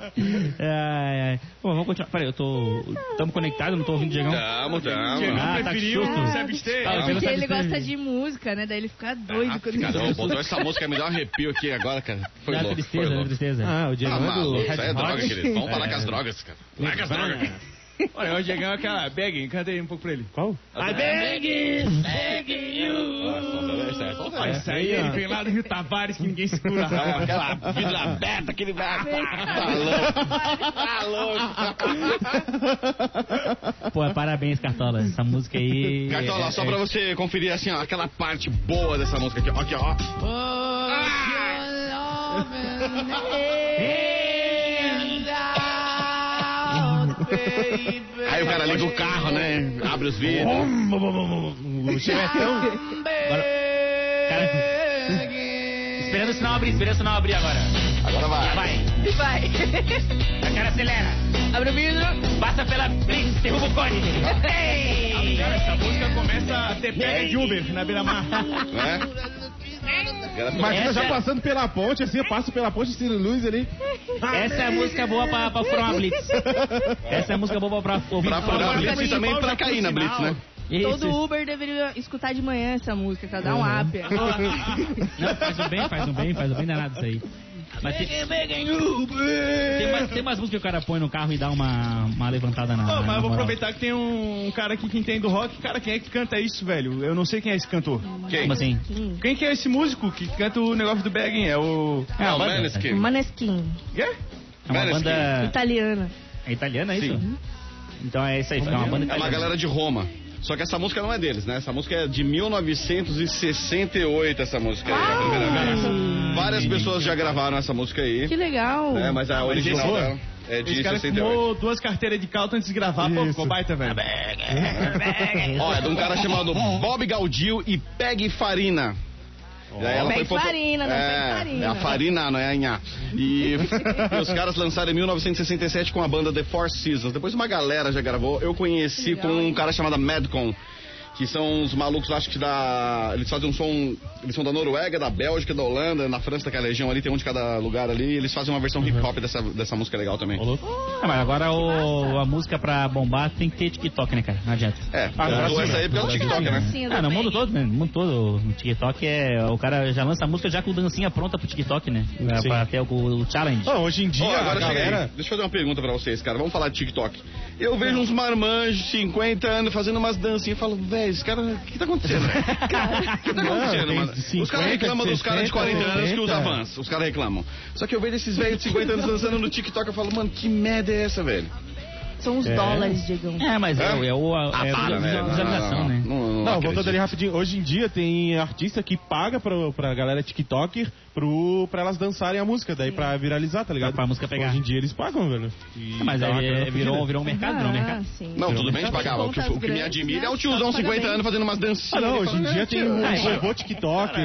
C: Ai, ai. Bom, vamos continuar. Peraí, eu tô. Tamo conectado, não tô ouvindo o Diegão.
A: É,
F: Tamo, tamo.
C: Ah,
D: Não
C: tá que
D: preferiu,
C: susto.
D: não sabe ter.
C: Ah,
B: Porque
C: Pelo
B: ele
C: sabe-
B: gosta de música, né? Daí ele fica doido
F: Ah,
B: quando
F: cara, não, botou essa música, me dá um arrepio aqui agora, cara. Foi
C: Dá
F: louco, foi
C: tristeza, dá
F: louco.
C: tristeza.
E: Ah,
A: Tá
E: o
F: Ah,
E: Diego é do
F: maluco,
E: Red
F: isso aí é
E: Hot.
F: droga, querido. Vamos parar
C: É.
F: com as drogas, cara. Larga as drogas, cara.
D: Olha, o Diegão é aquela. Begging, canta aí um pouco pra ele.
E: Qual?
C: I beg you, beg you.
D: Olha, isso aí ele vem lá do Rio Tavares que ninguém segura.
F: Ah, Aquela vidra aberta, aquele... Ah, Tá louco, tá louco.
C: Pô, parabéns, Cartola. Essa música aí.
F: Cartola,
C: é-
F: só
C: é-
F: pra você conferir, assim, ó, aquela parte boa dessa música aqui, ó. Aqui, ó. Aí o cara liga o carro, né? Abre os vidros.
E: O Chevetão?
C: Cara... Esperando o sinal abrir, esperando o sinal abrir agora.
F: Agora vai.
C: Vai,
B: Vai.
C: a cara acelera.
B: Abre o vidro.
C: Passa pela brisa, derruba o cone. Ei!
D: Essa música começa a ter pega de Uber na beira-mar.
F: Né? O cara fica-
E: Imagina
C: Essa-
E: já passando pela ponte, assim, eu passo pela ponte, tiro luz ali.
C: Essa é a música boa pra, pra furar uma blitz. Essa é a música boa pra ouvir
F: Pra furar
C: uma
F: a Blitz e também pra cair na Blitz, né?
B: Todo Uber deveria escutar de manhã essa música, pra dar um up.
C: Não, faz um bem, faz um bem, faz um bem danado isso aí. Mas tem, tem, umas, tem umas músicas que o cara põe no carro e dá uma, uma levantada na.
D: Ô,
C: na
D: mas eu vou
C: moral.
D: aproveitar que tem um cara aqui que entende do rock. Cara, quem é que canta isso, velho? Eu não sei quem é esse cantor.
F: Quem?
C: Como assim?
D: Quem que é esse músico que canta o negócio do Begging? É o...
C: É uma
F: Não,
C: banda,
F: Maneskin.
B: Maneskin,
D: Quê?
C: É uma
F: Maneskin.
C: banda
B: italiana.
C: é italiana, é isso? Então é isso aí, fica uma banda
F: É uma
C: italiana.
F: galera de Roma.
A: Só que essa música não é deles, né? Essa música é de 1968, essa música
F: É
A: aí. a primeira vez. Várias pessoas já gravaram essa música aí.
B: Que legal.
C: É,
A: né? Mas a original
D: esse-
A: dela é de
D: Esse cara
A: 68.
D: fumou duas carteiras de caldo antes de gravar, pô,
E: Isso.
D: ficou baita, velho.
A: Ó, é de um cara chamado Bob Gaudio e Peg Farina. E aí
B: Peg
A: foto-
B: Farina, não
A: é,
B: Peg Farina.
A: É a Farina, não é a Inhá. E, e os caras lançaram em 1967 com a banda The Four Seasons. Depois uma galera já gravou. Eu conheci
B: Legal,
A: com um
B: hein?
A: cara chamado Madcon. Que são uns malucos, acho que da. Eles fazem um som. Eles são da Noruega, da Bélgica, da Holanda, na França, daquela região ali, tem um de cada lugar ali. E eles fazem uma versão hip hop dessa, dessa música legal também.
C: Ah, mas agora o- a música pra bombar tem que ter TikTok, né, cara? Não adianta.
A: É,
E: Ah,
A: eu
E: Brasil,
A: dou essa
E: né?
A: aí porque é o TikTok,
B: Brasil,
A: né?
B: né? Sim,
C: ah, no
B: também.
C: mundo todo, né? No mundo todo. O TikTok é. O cara já lança a música já com dancinha pronta pro TikTok, né? Pra-
E: Sim.
C: Pra ter o, o challenge.
E: Não, hoje em dia,
A: Ó, agora
E: a
A: chega aí.
E: galera...
A: Deixa eu fazer uma pergunta pra vocês, cara. Vamos falar de TikTok. Eu vejo uns marmanjos de 50 anos fazendo umas dancinhas e falo, velho, esse cara, o que tá acontecendo? O que tá acontecendo,
E: tem
A: mano? Os
E: 50,
A: caras reclamam dos caras de 40 anos que
E: 70.
A: usam Vans. Os caras reclamam. Só que eu vejo esses velhos de 50 anos dançando no TikTok eu falo, mano, que merda é essa, velho?
B: São os dólares, Diegão.
C: É, mas é, o- é o. É
A: Ah,
C: a
A: para, velho. Não,
C: visualização,
A: não,
C: né?
A: Não, não,
E: Não,
A: acredito.
E: voltando ali rapidinho. Hoje em dia tem artista que paga pra, pra galera TikToker pro, pra elas dançarem a música, daí pra viralizar, tá ligado?
C: Pra música É pegar.
E: Hoje em dia eles pagam, velho. E
C: Mas
A: tá
E: dá uma
C: aí é,
E: grana
C: virou,
E: fodida.
C: virou um mercado, virou um mercado.
B: Ah, sim.
A: Não, tudo bem, de pagar. O que, o que me admira é o tiozão 50 anos fazendo umas dancinhas.
E: Ah, não, hoje em
A: Fala,
E: dia
A: né,
E: tem
A: tio?
E: um
C: Ah, é.
E: robô TikTok.
C: Cara,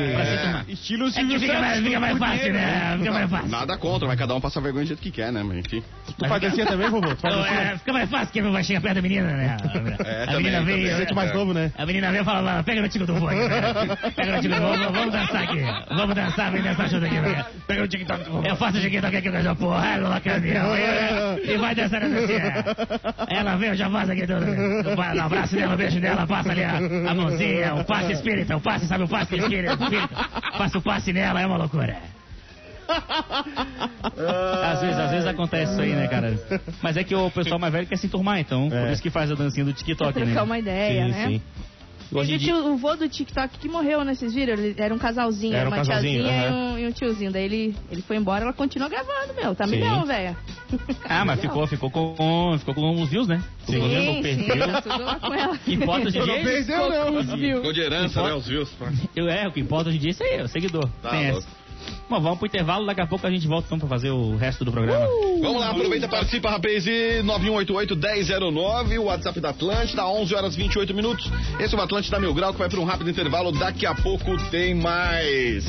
E: É.
D: Estilo
C: É que
D: Silvio
C: fica mais,
D: Santos.
C: fica mais fácil, né? Fica mais fácil.
A: Nada contra, mas cada um passa vergonha do jeito que quer, né? Mas enfim.
E: Tu faz dancinha também, robô? Tu faz
C: Então,
E: dancinha?
C: é, fica mais fácil que vai chegar perto da menina, né?
A: É,
C: a
A: também,
C: menina
A: também.
C: veio.
A: Você que é
E: Mais novo, né?
C: A menina veio e fala, "Lá, pega o tico do fone. Né? Pega o tico do fone, vamos dançar aqui. Vamos dançar, vem dançar junto aqui. Né? Pega o TikTok do fone. Eu faço o TikTok aqui com essa porra, ela lá caminhão. né? E vai dançar nessa tia. Ela veio, eu já faço aqui tudo. Eu fa- dá um abraço dela, um beijo dela, passa ali a, a mãozinha, o passe espírita, o passe, sabe o passe espírita? espírita. Passa o passe nela, é uma loucura. Às vezes, às vezes acontece isso aí, né, cara? Mas é que o pessoal mais velho quer se enturmar, então. Por
E: É.
C: isso que faz a dancinha do TikTok, né?
B: Trocar uma ideia, né?
C: Hoje em
B: Teve o,
C: dia-
B: tio, o vô do TikTok que morreu, né? Vocês viram? Ele era um casalzinho,
E: Era um
B: uma
E: casalzinho,
B: tiazinha
E: aham.
B: e, um, e um tiozinho. Daí ele, ele foi embora, ela continuou gravando, meu. Tá
E: Sim.
B: milhão, velha.
C: Ah, mas
B: Legal.
C: ficou, ficou com, ficou com os views, né? Ficou com os views, não
B: Sim, sim,
C: perdeu.
B: tá tudo lá com ela.
C: O que importa hoje em dia? é isso.
E: Perdeu, não.
A: Ficou de herança, né? Os views.
C: Eu, é, o que importa hoje em dia é isso aí, é o seguidor.
A: Tá
C: Tem
A: louco.
C: essa. Bom, vamos pro intervalo, daqui a pouco a gente volta então pra fazer o resto do programa.
B: Uh!
A: Vamos lá, aproveita, participa, rapaz, e 9188-1009, o WhatsApp da Atlântida, 11 horas 28 minutos. Esse é o Atlântida Mil Grau, que vai para um rápido intervalo, daqui a pouco tem mais.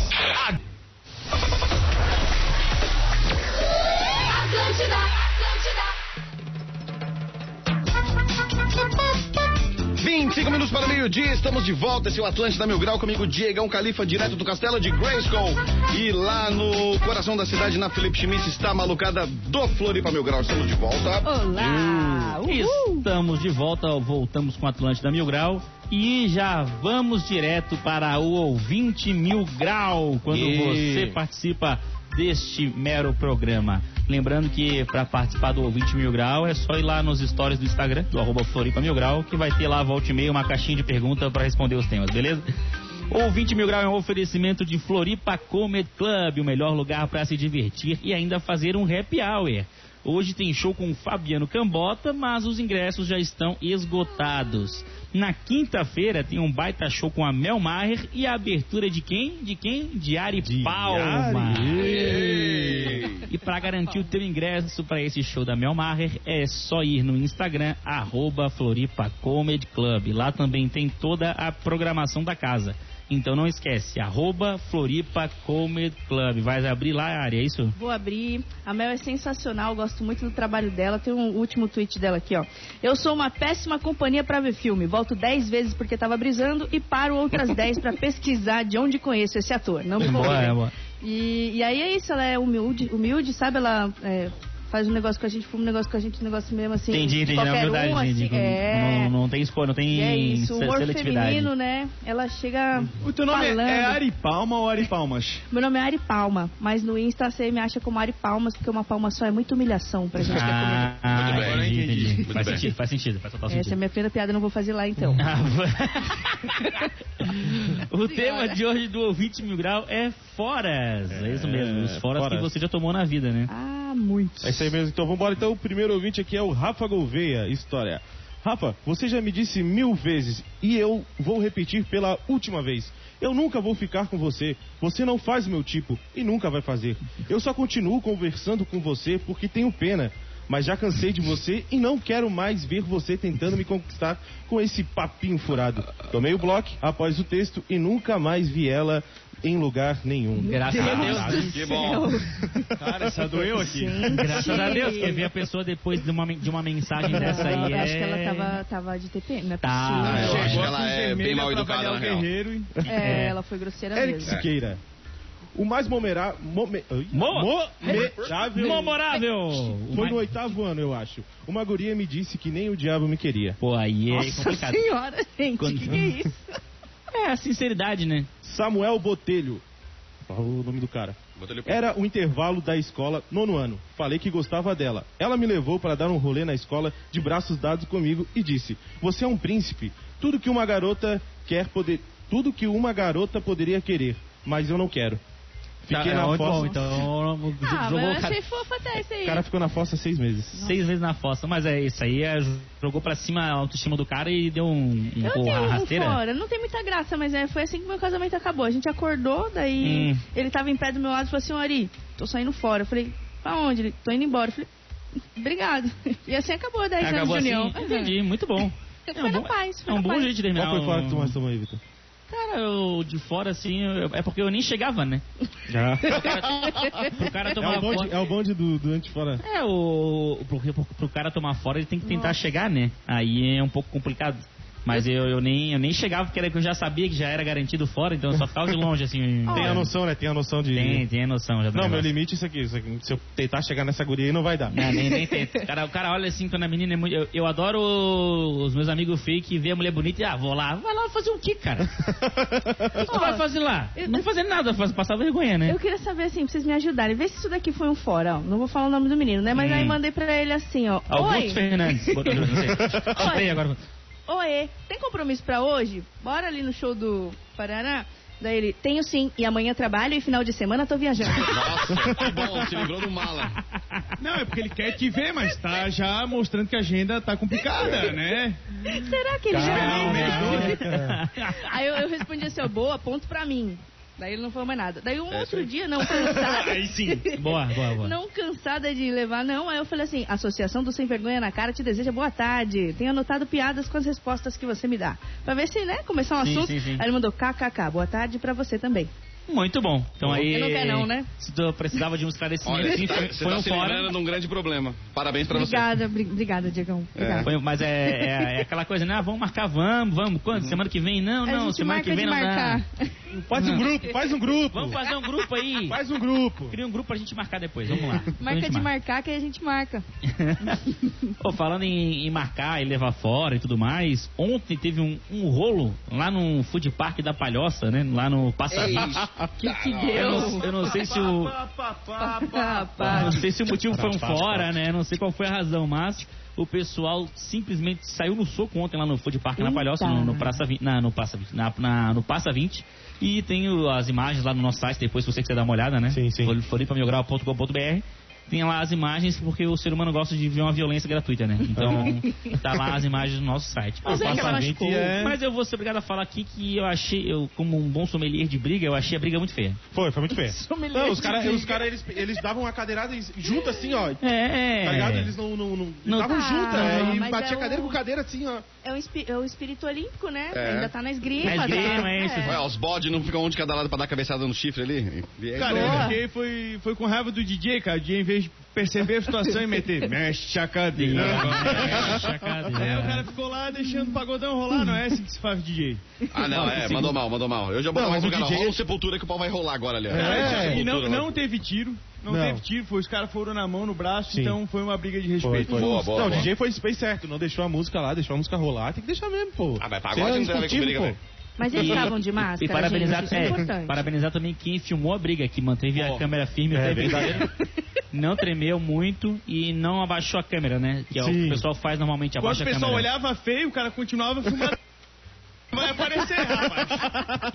G: Atlântida, Atlântida.
A: 25 minutos para o meio-dia, estamos de volta, esse é o Atlântida Mil Grau, comigo Diegão Califa, direto do castelo de Grayskull. E lá no coração da cidade, na Felipe Schmitz, está a malucada do Floripa Mil Grau, estamos de volta.
B: Olá! Ah,
C: Hum.
B: Uhul!
C: Estamos de volta, voltamos com Atlântida Mil Grau e já vamos direto para o ouvinte Mil Grau, quando
A: E-
C: você participa deste mero programa. Lembrando que para participar do ouvinte Mil Grau é só ir lá nos stories do Instagram, do arroba Floripa Mil Grau, que vai ter lá, volta e meia, uma caixinha de pergunta para responder os temas, beleza? Ouvinte Mil Grau é um oferecimento de Floripa Comedy Club, o melhor lugar para se divertir e ainda fazer um happy hour. Hoje tem show com o Fabiano Cambota, mas os ingressos já estão esgotados. Na quinta-feira tem um baita show com a Mel Maher e a abertura de quem? De quem? De Ari Palma. E para garantir o teu ingresso para esse show da Mel Maher, é só ir no Instagram, arroba Floripa Comedy Club. Lá também tem toda a programação da casa. Então não esquece, arroba Floripa Comedy Club. Vai abrir lá a área, é isso?
B: Vou abrir. A Mel é sensacional, gosto muito do trabalho dela. Tem um último tweet dela aqui, ó. Eu sou uma péssima companhia pra ver filme. Volto 10 vezes porque tava brisando e paro outras 10 pra pesquisar de onde conheço esse ator. Não me convidem.
C: é boa.
B: E, e aí é isso, ela é humilde, humilde, sabe? Ela é, faz um negócio com a gente, fuma um negócio com a gente, um negócio mesmo assim.
C: Entendi, entendi, na
B: qualquer
C: verdade,
B: um,
C: entendi.
B: assim, é.
C: Não, não tem escolha, não tem
B: E é isso, o
C: se-
B: humor
C: seletividade.
B: feminino, né? Ela chega.
D: O teu nome é,
B: falando.
D: é Ari Palma ou Ari Palmas?
B: Meu nome é Ari Palma, mas no Insta você me acha como Ari Palmas, porque uma palma só é muita humilhação pra gente que é comediante.
C: Ah, ah,
A: Muito bem,
C: entendi,
A: entendi.
C: entendi.
A: Muito
C: Faz
A: bem.
C: sentido, faz sentido, faz total
B: Essa é a
C: sentido.
B: minha primeira piada, eu não vou fazer lá então.
C: o tema de hoje do ouvinte mil grau é foras. É, isso mesmo, os foras,
E: foras.
C: que você já tomou na vida, né?
B: Ah, muito.
E: É isso aí mesmo. Então vambora. Então o primeiro ouvinte aqui é o Rafa Gouveia. História. Rafa, você já me disse mil vezes e eu vou repetir pela última vez. Eu nunca vou ficar com você. Você não faz meu tipo e nunca vai fazer. Eu só continuo conversando com você porque tenho pena. Mas já cansei de você e não quero mais ver você tentando me conquistar com esse papinho furado. Tomei o bloco após o texto e nunca mais vi ela em lugar nenhum.
C: Graças a Deus.
B: Deus
D: que
B: do
D: bom.
B: céu.
D: Cara, só doeu aqui.
C: Graças a Deus, porque ver a pessoa depois de uma, men- de uma mensagem dessa
B: Não,
C: aí
B: eu
C: é...
B: acho que ela tava, tava de TPM, não é
C: Tá.
B: possível.
C: Ah, eu
D: Chegou
C: acho que
D: a
F: ela
D: cruz
F: é
D: vermelha
F: bem mal
D: um pra
F: educada,
D: avaliar
F: na
D: o
F: real.
D: guerreiro e-
B: É, ela foi grosseira
E: Eric
B: mesmo.
E: Siqueira. O mais momerá, mome, ai,
C: Mo-
E: momerável
C: Memorável! O
E: foi
C: mais-
E: no oitavo ano, eu acho. Uma guria me disse que nem o diabo me queria.
C: Pô, aí é
B: Nossa
C: complicado.
B: senhora, gente,
C: Quando-
B: que que é isso?
C: É a sinceridade, né?
E: Samuel Botelho. Qual o nome do cara? Era o intervalo da escola, nono ano. Falei que gostava dela. Ela me levou para dar um rolê na escola, de braços dados comigo, e disse: Você é um príncipe. Tudo que uma garota quer poder. Tudo que uma garota poderia querer, mas eu não quero. Fiquei
C: Tá, é
E: na
C: muito bom,
E: fossa.
C: então
B: Ah,
C: jogou
B: mas
C: o
B: eu
C: cara
B: achei fofo até isso aí.
E: O cara ficou na fossa seis meses.
C: seis vezes na fossa. Mas é isso aí, é, jogou pra cima a autoestima do cara e deu um, um
B: Eu
C: porra,
B: tenho um
C: rasteira.
B: fora, não tem muita graça, mas é, foi assim que meu casamento acabou. A gente acordou, daí
C: Hum.
B: ele tava em pé do meu lado e falou assim, "Ô, Ari, tô saindo fora. Eu falei, pra onde? Ele, tô indo embora. Eu falei, obrigado. E assim acabou 10 anos
C: Acabou
B: de
C: assim,
B: união.
C: entendi, muito bom.
B: Foi
C: É um
B: na
C: bom-
B: paz, foi
C: É um
B: na
C: bom
B: paz.
C: jeito de terminar.
E: Qual foi o quarto que tu
C: um-
E: mais tomou aí, Vitor?
C: Cara, eu de fora, assim, eu- é porque eu nem chegava, né? Pro cara
E: É
C: tomar
E: o bonde,
C: fora.
E: é o bonde do, do antifora.
C: É, o. Porque pro, pro cara tomar fora, ele tem que tentar chegar, né? Aí é um pouco complicado. Mas eu, eu, nem, eu nem chegava, porque era que eu já sabia que já era garantido fora, então eu só ficava de longe, assim.
E: Tem a noção, né? Tem a noção de.
C: Tem, tem a noção já do
E: Não, meu
C: negócio.
E: limite é isso aqui, isso aqui. Se eu tentar chegar nessa guria aí, não vai dar.
C: Não, nem, nem tento. O cara, o cara olha assim quando a menina é muito. Eu, eu adoro os meus amigos fake vê a mulher bonita e ah, vou lá. Vai lá fazer o quê, cara? O que tu
B: Ó,
C: vai fazer lá?
B: eu-
C: Não vai fazer nada, faz- passar vergonha, né?
B: Eu queria saber, assim, pra vocês me ajudarem. Vê se isso daqui foi um fora, ó. Não vou falar o nome do menino, né? Mas
C: Hum.
B: aí mandei pra ele assim, ó.
C: Augusto
B: Oi,
C: Ah, Fernandes. Botando, não sei. Comprei agora.
B: oê, tem compromisso pra hoje? Bora ali no show do Paraná? Daí ele, tenho sim, e amanhã trabalho e final de semana tô viajando.
F: Nossa, que bom, se livrou do mala.
D: Não, é porque ele quer te ver, mas tá já mostrando que a agenda tá complicada, né?
B: Será que ele
D: Caralho,
B: já... é?
E: Caraca.
B: Aí eu, eu respondi assim, ó, boa, ponto pra mim. Daí ele não falou mais nada. Daí
C: É,
B: um outro dia, não cansada.
D: Aí sim.
C: Boa, boa, boa.
B: Não cansada de levar, não. Aí eu falei assim: Associação do Sem Vergonha na Cara te deseja boa tarde. Tenho anotado piadas com as respostas que você me dá. Pra ver se, né, começar um
C: Sim,
B: assunto.
C: sim, sim.
B: Aí ele mandou kkk, boa tarde pra você também.
C: Muito bom. Então aí.
B: Eu não quero não, né?
C: Se tu precisava de um esclarecimento,
F: Olha,
C: sim,
F: você tá,
C: foi,
F: você
C: foi
F: tá
C: um
F: se
C: fora.
F: livrando de um grande problema. Parabéns pra você.
B: Obrigada, bri- obrigada, Diegão. Obrigada.
C: Foi- mas é, é- é aquela coisa, né? Ah, vamos marcar, vamos, vamos. Quando?
F: Uhum.
C: Semana que vem? Não,
B: A
C: não.
B: gente
C: Semana que
B: marca
C: vem
B: de
C: não
B: marcar.
C: dá. Então
E: Faz um grupo, faz um grupo.
C: Vamos fazer um grupo aí.
E: Faz um grupo.
C: Cria um grupo pra gente marcar depois. Vamos lá. Depois a
B: Marca
C: gente
B: de marcar que aí a gente marca.
C: Ô, falando em, em marcar e levar fora e tudo mais, ontem teve um, um rolo lá no food park da Palhoça, né? Lá no Passarinho.
B: Que que
C: Eu
B: deu?
C: Ah, não, é eu não sei se o
B: Pá, pá.
C: não sei se o motivo foi um fora, né? Não sei qual foi a razão, mas o pessoal simplesmente saiu no soco ontem lá no food park na
B: Eita.
C: Palhoça, no, no Praça 20, na, no Praça 20, na, na- no Passa 20. E tem o- as imagens lá no nosso site, depois se você quiser dar uma olhada, né?
E: Sim, sim.
C: Fol- floripamiograu.com.br. Tem lá as imagens, porque o ser humano gosta de ver uma violência gratuita, né? Então, tá lá as imagens no nosso site. Mas, é
E: Passa
C: aquela-
E: 20 é-
C: mas eu vou ser obrigado a falar aqui que eu achei, eu, como um bom sommelier de briga, eu achei a briga muito feia.
E: Foi, foi muito feio.
B: Sommelier
E: Não, os
B: de
E: caras,
B: briga.
E: os cara, eles, eles davam uma cadeirada e junto assim, ó.
C: É,
E: Tá ligado? Eles não. não, não,
C: Não-
E: davam
C: Ah,
E: junto, é, e
B: mas
E: batia
B: é o-
E: cadeira com É. cadeira assim, ó.
B: É o, espi- é o espírito olímpico, né? Ainda tá na esgrima.
C: Na esgrima,
B: tá?
C: é isso.
F: Ué, os bodes não ficam um de cada lado pra dar cabeçada no chifre ali? E é
E: Então,
D: Cara,
F: isso.
D: eu
B: Boa.
D: fiquei, foi, foi com raiva do DJ, cara. O DJ, em vez de perceber a situação e meter, mexe a cadeira. Aí o cara ficou lá deixando o pagodão rolar, não é assim que se faz DJ.
F: Ah, não, é, mandou mal, mandou mal. Eu já mandou
E: Não,
F: mal
E: mas
F: pro
E: o
F: cara.
E: DJ
F: Rola um sepultura que o pau vai rolar agora ali. ó.
E: É,
D: e não,
F: Sepultura,
D: não
F: vai.
D: teve tiro, não,
E: Não.
D: teve tiro, foi, os caras foram na mão, no braço,
E: Sim.
D: então foi uma briga de respeito.
F: Boa, boa,
E: não, o
F: boa.
E: DJ foi bem certo, não deixou a música lá, deixou a música rolar, tem que deixar mesmo, pô.
F: Ah, mas
E: Você
F: pagode
E: é
F: não tem nada a ver com
E: esportivo,
F: briga, né?
E: pô.
F: velho.
B: Mas
C: E-
B: eles estavam de máscara.
C: E parabenizar,
B: gente, isso é,
C: é,
B: importante.
C: parabenizar também quem filmou a briga, que manteve a câmera firme,
E: É,
C: o tempo inteiro, não tremeu muito e não abaixou a câmera, né? Que é o que
E: Sim.
C: o pessoal faz normalmente,
D: Quando
C: abaixa
D: o
C: a câmera.
D: pessoal olhava feio, o cara continuava filmando. vai aparecer, rapaz.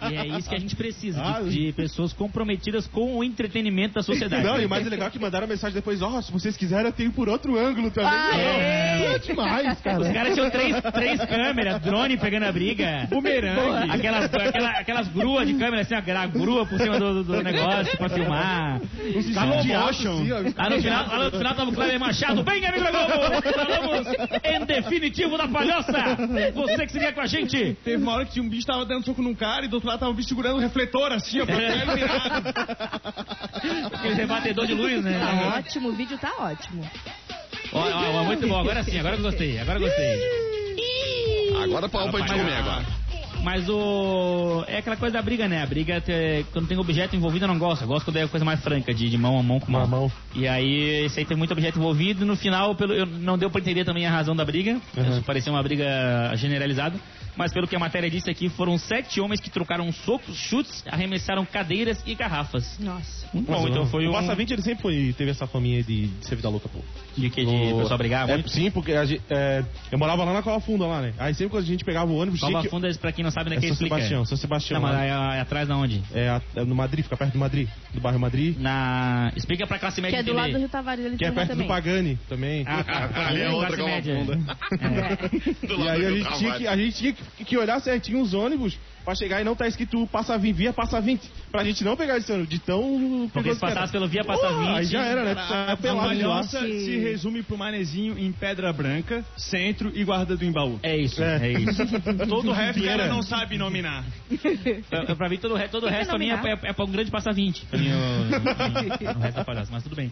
C: E é isso que a gente precisa,
E: Ah,
C: de, de pessoas comprometidas com o entretenimento da sociedade.
E: Não, e o mais legal é que mandaram mensagem depois, ó, se vocês quiserem eu tenho por outro ângulo também.
B: Aê!
E: Não, é demais,
C: Os
E: cara.
C: caras tinham três, três câmeras, drone pegando a briga.
E: Bumerangue.
C: Aquelas, aquela, aquelas gruas de câmera, assim, ó, a grua por cima do, do- do negócio pra filmar. Tava
E: de
C: bom.
E: action. Assim, ó.
C: Lá Tá no final, lá no final tava o Cleber Machado. Bem, amigo da Globo, falamos em definitivo da palhoça. Você que se liga com a gente.
D: Teve uma hora que tinha um bicho tava dando soco num cara e do outro lado tava um bicho segurando um refletor assim,
E: É.
D: ó, pra ele virar.
C: Aquele rebatedor de luz, né?
B: Tá ótimo, o vídeo tá ótimo.
C: Ó, ó, ó, muito bom, agora sim, agora eu gostei, agora eu gostei.
A: Agora pra pra gente
C: Rapaz,
A: comer
C: ah.
A: agora.
C: Mas o. É aquela coisa da briga, né? A briga, te- quando tem objeto envolvido, eu não gosto. Eu gosto quando é coisa mais franca, de, de mão a mão com mão.
E: Mão a mão.
C: E aí, esse aí tem muito objeto envolvido. E no final, pelo, eu, não deu pra entender também a razão da briga.
E: Uhum.
C: Isso Parecia uma briga generalizada. Mas pelo que a matéria disse aqui, foram sete homens que trocaram socos, chutes, arremessaram cadeiras e garrafas.
B: Nossa.
C: Muito bom, então foi
E: o
C: um.
E: Passa 20 ele sempre foi, teve essa faminha de, de ser vida louca, pô.
C: De que? De
E: O-
C: pessoal brigar?
E: É,
C: muito?
E: sim, porque a gente, é, eu morava lá na Cova Funda, lá, né? Aí sempre quando a gente pegava o ônibus,
C: Nova
E: tinha que...
C: Funda, pra quem não sabe, né?
E: É
C: que
E: São
C: explica.
E: Sebastião, São Sebastião.
C: Não, mas
E: lá.
C: é, é atrás da onde?
E: É, a- é no Madrid, fica perto do Madrid, do bairro Madrid.
C: Na... Explica pra classe
B: Que
C: média
B: é do
C: entender.
B: lado do Rio Tavares, ele
E: Que é perto do Pagani também.
C: Ah, tá.
A: Ali é outra
C: classe média.
A: Cova
B: É.
C: né?
A: Do
E: e
A: lado
E: aí a
A: do
E: gente, tinha
A: Carvalho.
E: que, a gente tinha que, que olhar certinho os ônibus pra chegar e não tá escrito passa 20, via passa 20. Pra gente não pegar esse ônibus de tão.
C: Porque se passasse pelo Via Passa
E: Porra,
C: 20.
E: Aí já era, né?
D: Cara,
E: Tá
D: a
E: pelado de lá.
D: palhoça se resume pro manezinho em Pedra Branca, Centro e Guarda do Embaú.
C: É isso,
E: É.
C: é, isso.
D: Todo o resto o cara
E: Vieira.
D: não sabe nominar.
C: pra, pra mim, todo, o re- todo o resto pra mim é,
B: Fenomenal.
C: é, é pra um grande Passa 20. Pra mim, o, o resto é palhaço, mas tudo bem.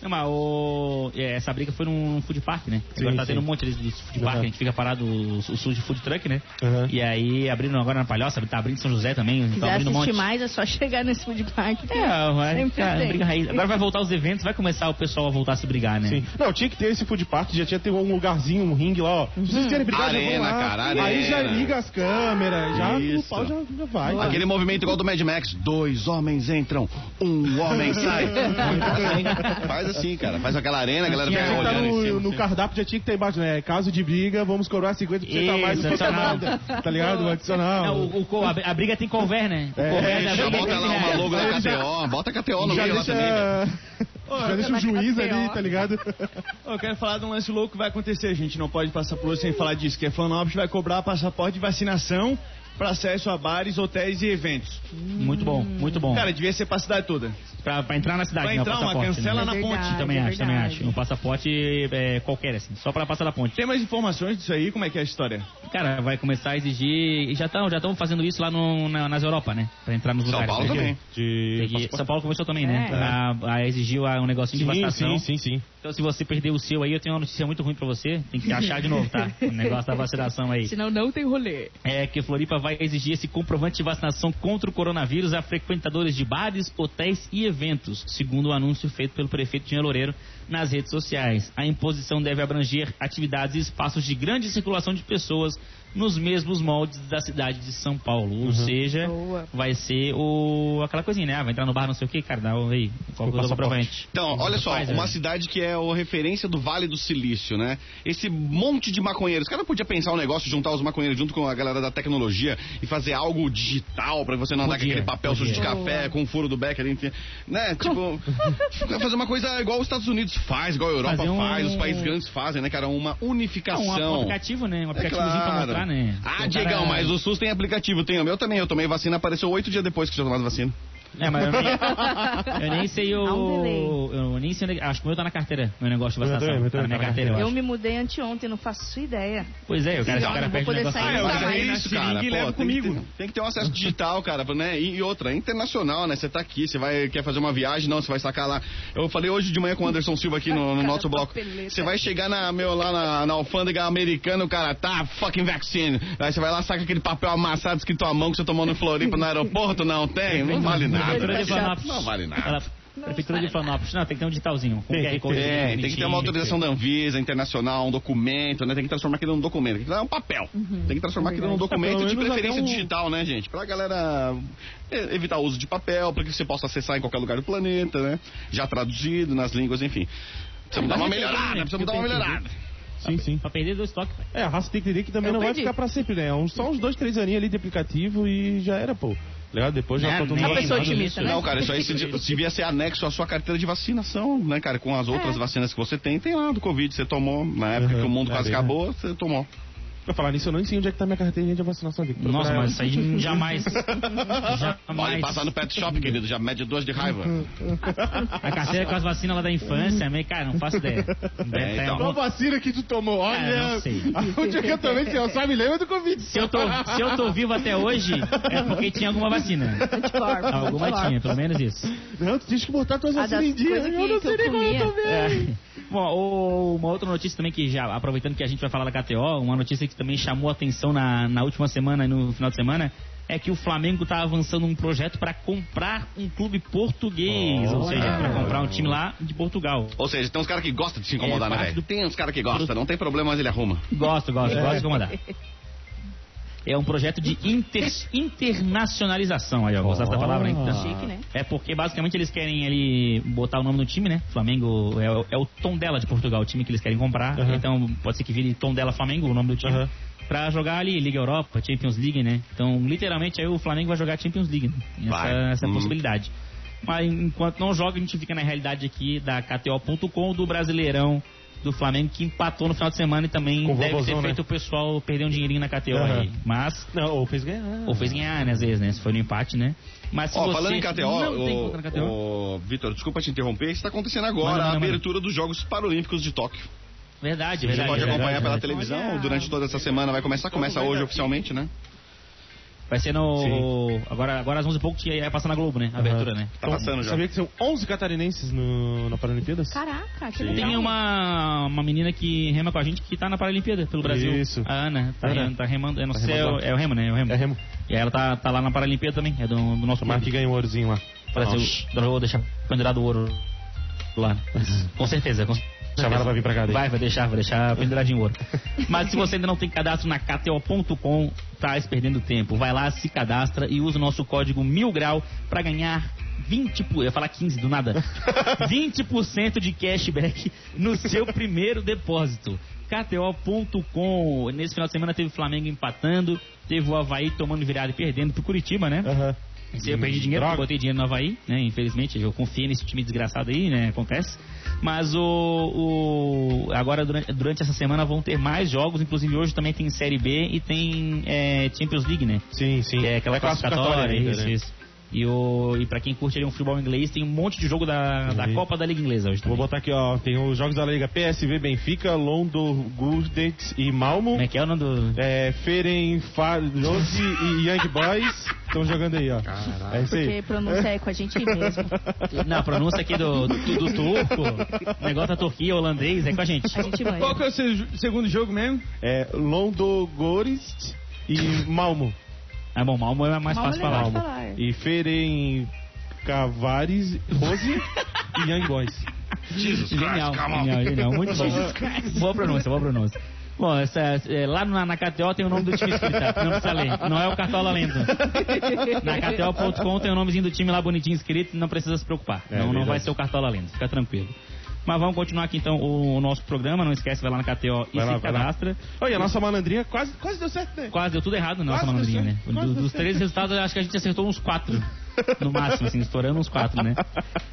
C: Não, mas o, é, essa briga foi num food park, né? agora
E: Sim,
C: tá
E: sim.
C: tendo um monte de de food park,
E: Uhum.
C: a gente fica parado o, o sul de food truck, né?
E: Uhum.
C: E aí abriram agora na Palhoça, tá abrindo em São José também,
B: Se
C: tá
B: quiser
C: abrindo um
B: assistir
C: monte.
B: mais, é só chegar nesse food park.
C: É, vai,
B: Sempre
C: cara,
B: tem.
C: briga raiz. Agora vai voltar os eventos, vai começar o pessoal a voltar a se brigar, né?
E: Sim. Não, tinha que ter esse food park, já tinha que ter um lugarzinho, um ringue lá, ó. Se vocês querem brigar, já vão
A: Arena,
E: lá.
A: cara,
E: Aí
A: arena.
E: já liga as câmeras, já o
A: Isso.
E: pau já, já vai.
A: Aquele movimento igual do Mad Max, dois homens entram, um homem sai. Faz assim, faz assim, cara. Faz aquela arena, a galera
E: Já
A: fica
E: tinha que tá
A: olhando em
E: no,
A: cima.
E: no cardápio, já tinha que ter embaixo, né? Caso de briga, vamos cobrar 50% a tá mais do
C: Isso,
E: que a
C: adicional.
E: nada. Tá ligado? O
C: Não,
E: adicional.
C: o, o co- a, a briga tem cover, né? O
E: É,
C: cover da
A: Já
C: briga é
A: bota
C: 15
A: lá uma
C: reais.
A: logo da KTO, bota a KTO no
E: Já
A: meio lá
E: deixa,
A: também. né? velho.
D: né?
E: já deixa o juiz ali, tá ligado?
D: Ô, Eu quero falar de um lance louco que vai acontecer, gente. Não pode passar por hoje sem falar disso. Que a Florianópolis vai cobrar passaporte de vacinação para acesso a bares, hotéis e eventos.
C: Muito bom, muito bom.
D: Cara, devia ser pra cidade toda.
C: pra, pra entrar na cidade,
D: Vai
E: é
C: né, o
D: entrar uma
C: passaporte,
D: cancela
C: né?
D: na ponte.
B: É Verdade,
C: Também acho, também
B: verdade.
C: acho. Um passaporte é, qualquer, assim, só pra passar da ponte.
D: Tem mais informações disso aí? Como é que é a história?
C: Cara, vai começar a exigir. E já estão já estão fazendo isso lá no, na, nas Europa, né? Pra entrar nos
A: São
C: lugares.
A: Paulo
C: né?
A: também.
C: Tem
E: De...
C: que- São Paulo começou também, né?
B: É.
C: A, a exigir lá um negocinho de
E: Sim,
C: vacinação.
E: sim, sim, sim.
C: Então, se você perdeu o seu aí, eu tenho uma notícia muito ruim pra você. Tem que achar de novo, tá? O negócio da vacinação aí.
B: Senão não tem rolê.
C: é que Floripa vai exigir esse comprovante de vacinação contra o coronavírus a frequentadores de bares, hotéis e eventos, segundo o anúncio feito pelo prefeito de Loureiro nas redes sociais. A imposição deve abranger atividades e espaços de grande circulação de pessoas nos mesmos moldes da cidade de São Paulo.
A: Uhum.
C: Ou seja,
B: Boa.
C: vai ser o aquela coisinha, né? Ah, vai entrar no bar, não sei o que, cara, dá o- aí, qual
E: O
C: que é o
E: passaporte.
C: comprovante?
A: Então, olha só,
C: Faz,
A: uma
C: né?
A: cidade que é o referência do Vale do Silício, né? Esse monte de maconheiros. Os caras podiam pensar um negócio, de juntar os maconheiros junto com a galera da tecnologia e fazer algo digital pra você não andar
C: Podia,
A: com aquele papel sujo de
C: podia.
A: café, com o furo do beck ali, enfim. né? Tipo, fazer uma coisa igual os Estados Unidos faz, igual a Europa
C: Fazer um-
A: faz, os países grandes fazem, né, cara? Uma
C: Ah,
A: unificação. É
C: um aplicativo, né? Um aplicativozinho pra mostrar, né?
A: Ah,
C: O cara-
A: Diegão, mas o SUS tem aplicativo, tem o meu também. Eu tomei vacina, apareceu oito dias depois que tinha tomado vacina.
C: É, mas eu nem, eu nem sei o.
B: Há um delay.
C: eu nem sei onde. Acho que o meu tá na carteira, meu negócio de
E: Eu
C: vacinação.
E: também, eu
C: tá na minha
E: também, tá na
C: carteira, eu
B: Eu
C: acho.
B: me mudei anteontem, não faço ideia.
C: Pois é, o cara, o
B: Sim,
C: cara
B: olha,
C: perde
B: vou
C: o
B: poder
C: negócio.
B: sair
D: Ah, eu
B: nunca
D: também.
B: mais. né?
A: É
D: na
A: isso, cara.
D: seringa e
A: Pô,
D: leva
A: tem,
D: comigo.
A: Que ter, tem que ter um acesso digital, cara, pra- né? E, e outra, internacional, né? Você tá aqui, você vai quer fazer uma viagem, não, você vai sacar lá. Eu falei hoje de manhã com o Anderson Silva aqui no, no
B: Cara,
A: nosso bloco.
B: papeleta.
A: Você vai chegar na, meu, lá na, na alfândega americana, o cara tá fucking vaccine. Aí você vai lá, saca aquele papel amassado escrito à mão que você tomou no Floripa no aeroporto, não tem, não vale
C: Prefeitura
A: nada.
C: de Florianópolis.
A: Não vale nada.
C: Ela- Prefeitura de Florianópolis. Não, tem que ter um digitalzinho. Com
E: Tem,
C: QR Code.
A: É, tem que ter uma autorização da Anvisa internacional, um documento, né? Tem que transformar aquilo num documento. Tem que dar um papel.
E: Uhum.
A: Tem que transformar aquilo num documento
E: É pelo
A: de
E: menos
A: preferência
E: até um-
A: digital, né, gente? Pra galera eh, evitar o uso de papel, pra que você possa acessar em qualquer lugar do
E: é
A: planeta, né? Já traduzido nas línguas, enfim. Precisamos dar uma melhorada, precisamos dar uma melhorada.
E: Sim, sim.
C: Pra perder dois toques, velho.
E: É, a raça tem que entender que também
B: Eu
E: não
B: perdi.
E: vai ficar pra sempre, né? Uns- Só uns dois, três aninhos ali de aplicativo e já era, pô. Legal? Depois já
C: Né?
E: tá todo
C: Nem
E: mundo
B: Uma pessoa
E: vacinado.
B: otimista, né?
A: é Não, cara, isso aí se- devia ser anexo à sua carteira de vacinação, né, cara? Com as outras vacinas que você tem, tem lá do Covid, você tomou. Na época
E: É. Uhum,
A: que o mundo
E: é
A: quase
E: bem, né?
A: acabou, você tomou.
E: Pra falar nisso, eu nem sei onde é que tá minha carteira de vacinação. tem que procurar
C: Nossa,
E: ela.
C: mas isso aí jamais.
A: é Pode
C: jamais.
A: passar no pet shop, querido, já mede duas de raiva.
C: A carteira com as vacinas lá da infância, meio, cara, não faço ideia. Deve tá em
A: então. né?
C: algum-
G: Qual vacina que tu tomou?
E: Ah,
C: Cara,
G: Olha,
C: não sei.
G: onde é que eu tomei? Eu só me lembro do Covid.
C: Se eu, tô, se eu tô vivo até hoje, é porque tinha alguma vacina.
B: Anticorpos,
C: Ah, Alguma
B: anticorpos.
C: tinha, pelo menos isso.
G: Não, tu tinha que botar tuas
B: Ah, das
G: vacinas em dia.
B: coisas que-
G: Eu não
B: que
G: sei
B: eu
G: nem como
B: comia.
G: eu tomei.
C: É. Bom, o- uma outra notícia também que já, aproveitando que a gente vai falar da KTO, uma notícia que também chamou a atenção na, na última semana e no final de semana, é que o Flamengo está avançando um projeto para comprar um clube português, ou seja, para comprar um time lá de Portugal.
A: Ou seja, tem uns caras que gostam de se incomodar, né,
C: É, parte
A: velho?
C: do-
A: Tem uns caras que gostam, não tem problema, mas ele arruma.
C: Gosto, gosto, gosto de comandar. É um projeto de inter- internacionalização aí, ó. Gostaste da palavra? Então,
B: Chique, né?
C: É porque basicamente eles querem ali botar o nome no time, né? Flamengo é, o- é o Tondela de Portugal, o time que eles querem comprar. Então pode ser que vire Tondela Flamengo, o nome do time.
E: Aham.
C: Pra jogar ali Liga Europa, Champions League, né? Então, literalmente, aí o Flamengo vai jogar Champions League. Né? Essa,
A: Vai.
C: essa
A: Hum.
C: possibilidade. Mas enquanto não joga, a gente fica na realidade aqui da KTO.com, do Brasileirão do Flamengo, que empatou no final de semana e também
E: Com o
C: deve ter
E: vovozão,
C: feito
E: né?
C: o pessoal perder um dinheirinho na KTO
E: Aham.
C: aí. Mas,
E: Não, ou fez ganhar.
C: ou fez ganhar, né, às vezes, né? Se foi no empate, né? Mas se
A: Ó,
C: você
A: falando em KTO,
C: não tem
A: ô-
C: conta na KTO,
A: ô, Vitor, desculpa te interromper, está acontecendo agora
C: Manda,
A: a
C: manda, manda.
A: abertura dos Jogos Paralímpicos de Tóquio.
C: verdade,
A: Você
C: verdade.
A: pode
C: verdade,
A: acompanhar pela
C: verdade.
A: televisão
B: Olha.
A: durante toda essa semana, vai começar, começa
C: tá-
A: hoje oficialmente, né?
C: Vai ser no... Agora, agora às 11 e pouco que vai passar na Globo, né? A abertura, né?
A: Tá passando já.
E: Sabia que são 11 catarinenses no, na Paralimpíadas?
B: Caraca, que
C: Tem
B: legal.
C: uma, uma menina que rema com a gente que tá na Paralimpíada pelo Brasil.
E: Isso.
C: A Ana. Tá,
E: Ana.
C: Remando, tá remando. Eu não
E: Tá
C: sei, é o,
E: remando.
C: é o remo, né? É o remo.
E: É remo.
C: E ela tá, tá lá na Paralimpíada também. É do, do nosso
E: Tomara que
C: clube.
E: ganhe um ourozinho lá.
C: Brasil. Vou deixar pendurado o ouro lá. Com certeza. Com
E: Chamaram
C: certeza.
E: pra vir pra cá né? daí.
C: Vai, vai deixar, vai deixar penduradinho o ouro. Mas se você ainda não tem cadastro na KTO.com, tá perdendo tempo. Vai lá, se cadastra e usa o nosso código mil grau pra ganhar 20 por... Eu ia falar 15 do nada. 20% de cashback no seu primeiro depósito. KTO.com. Nesse final de semana teve o Flamengo empatando, teve o Havaí tomando virada e perdendo pro Curitiba, né?
E: Aham.
C: Se eu perdi dinheiro,
E: Droga.
C: porque eu botei dinheiro no Havaí, né? Infelizmente, eu confiei nesse time desgraçado aí, né? Acontece. Mas o. o- agora, durante, durante essa semana, vão ter mais jogos. Inclusive, hoje também tem Série B e tem é, Champions League, né?
E: Sim, sim.
C: Que é aquela classificatória.
E: ainda,
C: isso,
E: né?
C: isso. E, o, e pra quem curte ali um futebol inglês, tem um monte de jogo da, da
E: Sim.
C: Copa da Liga Inglesa hoje.
E: Uhum.
C: Também.
E: Vou botar aqui, ó. Tem os jogos da Liga PSV Benfica, Londo, Gurdex e Malmo.
C: Como é que é o nome do.
E: É, Feren, Farose e Young Boys estão jogando aí, ó. É isso aí.
B: Porque pronuncia aí com a gente mesmo.
C: Na pronúncia aqui do, do, do turco, negócio da Turquia, holandês, é com a gente.
B: A gente
D: Qual
B: manja.
D: que é o seu ju- segundo jogo mesmo?
E: É Londogorist e Malmo.
C: Ah, bom, Malmo é mais
B: Malmo
C: fácil
B: é legal
C: falar.
B: de falar.
E: E Feren, Cavares, Rose e Young Boys.
A: Jesus
C: Genial,
A: Christ, calma.
C: genial, genial. Muito bom. Boa pronúncia, boa pronúncia. Bom, essa, é, lá na, na KTO tem o nome do time escrito, tá? não precisa ler. Não é o Cartola lendo. Na KTO.com tem o nomezinho do time lá bonitinho escrito, não precisa se preocupar.
E: É,
C: não, não
E: verdade.
C: vai ser o Cartola lendo, fica tranquilo. Mas vamos continuar aqui então o, o nosso programa. Não esquece, vai lá na KTO e
E: Vai lá,
C: se
E: vai lá.
C: cadastra.
E: Olha, a nossa malandrinha quase, quase deu certo, né?
C: Quase deu tudo errado na nossa
E: Quase
C: malandrinha,
E: deu
C: né?
E: certo,
C: Do-
E: quase deu
C: dos
E: certo.
C: três resultados, eu acho que a gente acertou uns quatro. No máximo, assim, estourando uns quatro, né?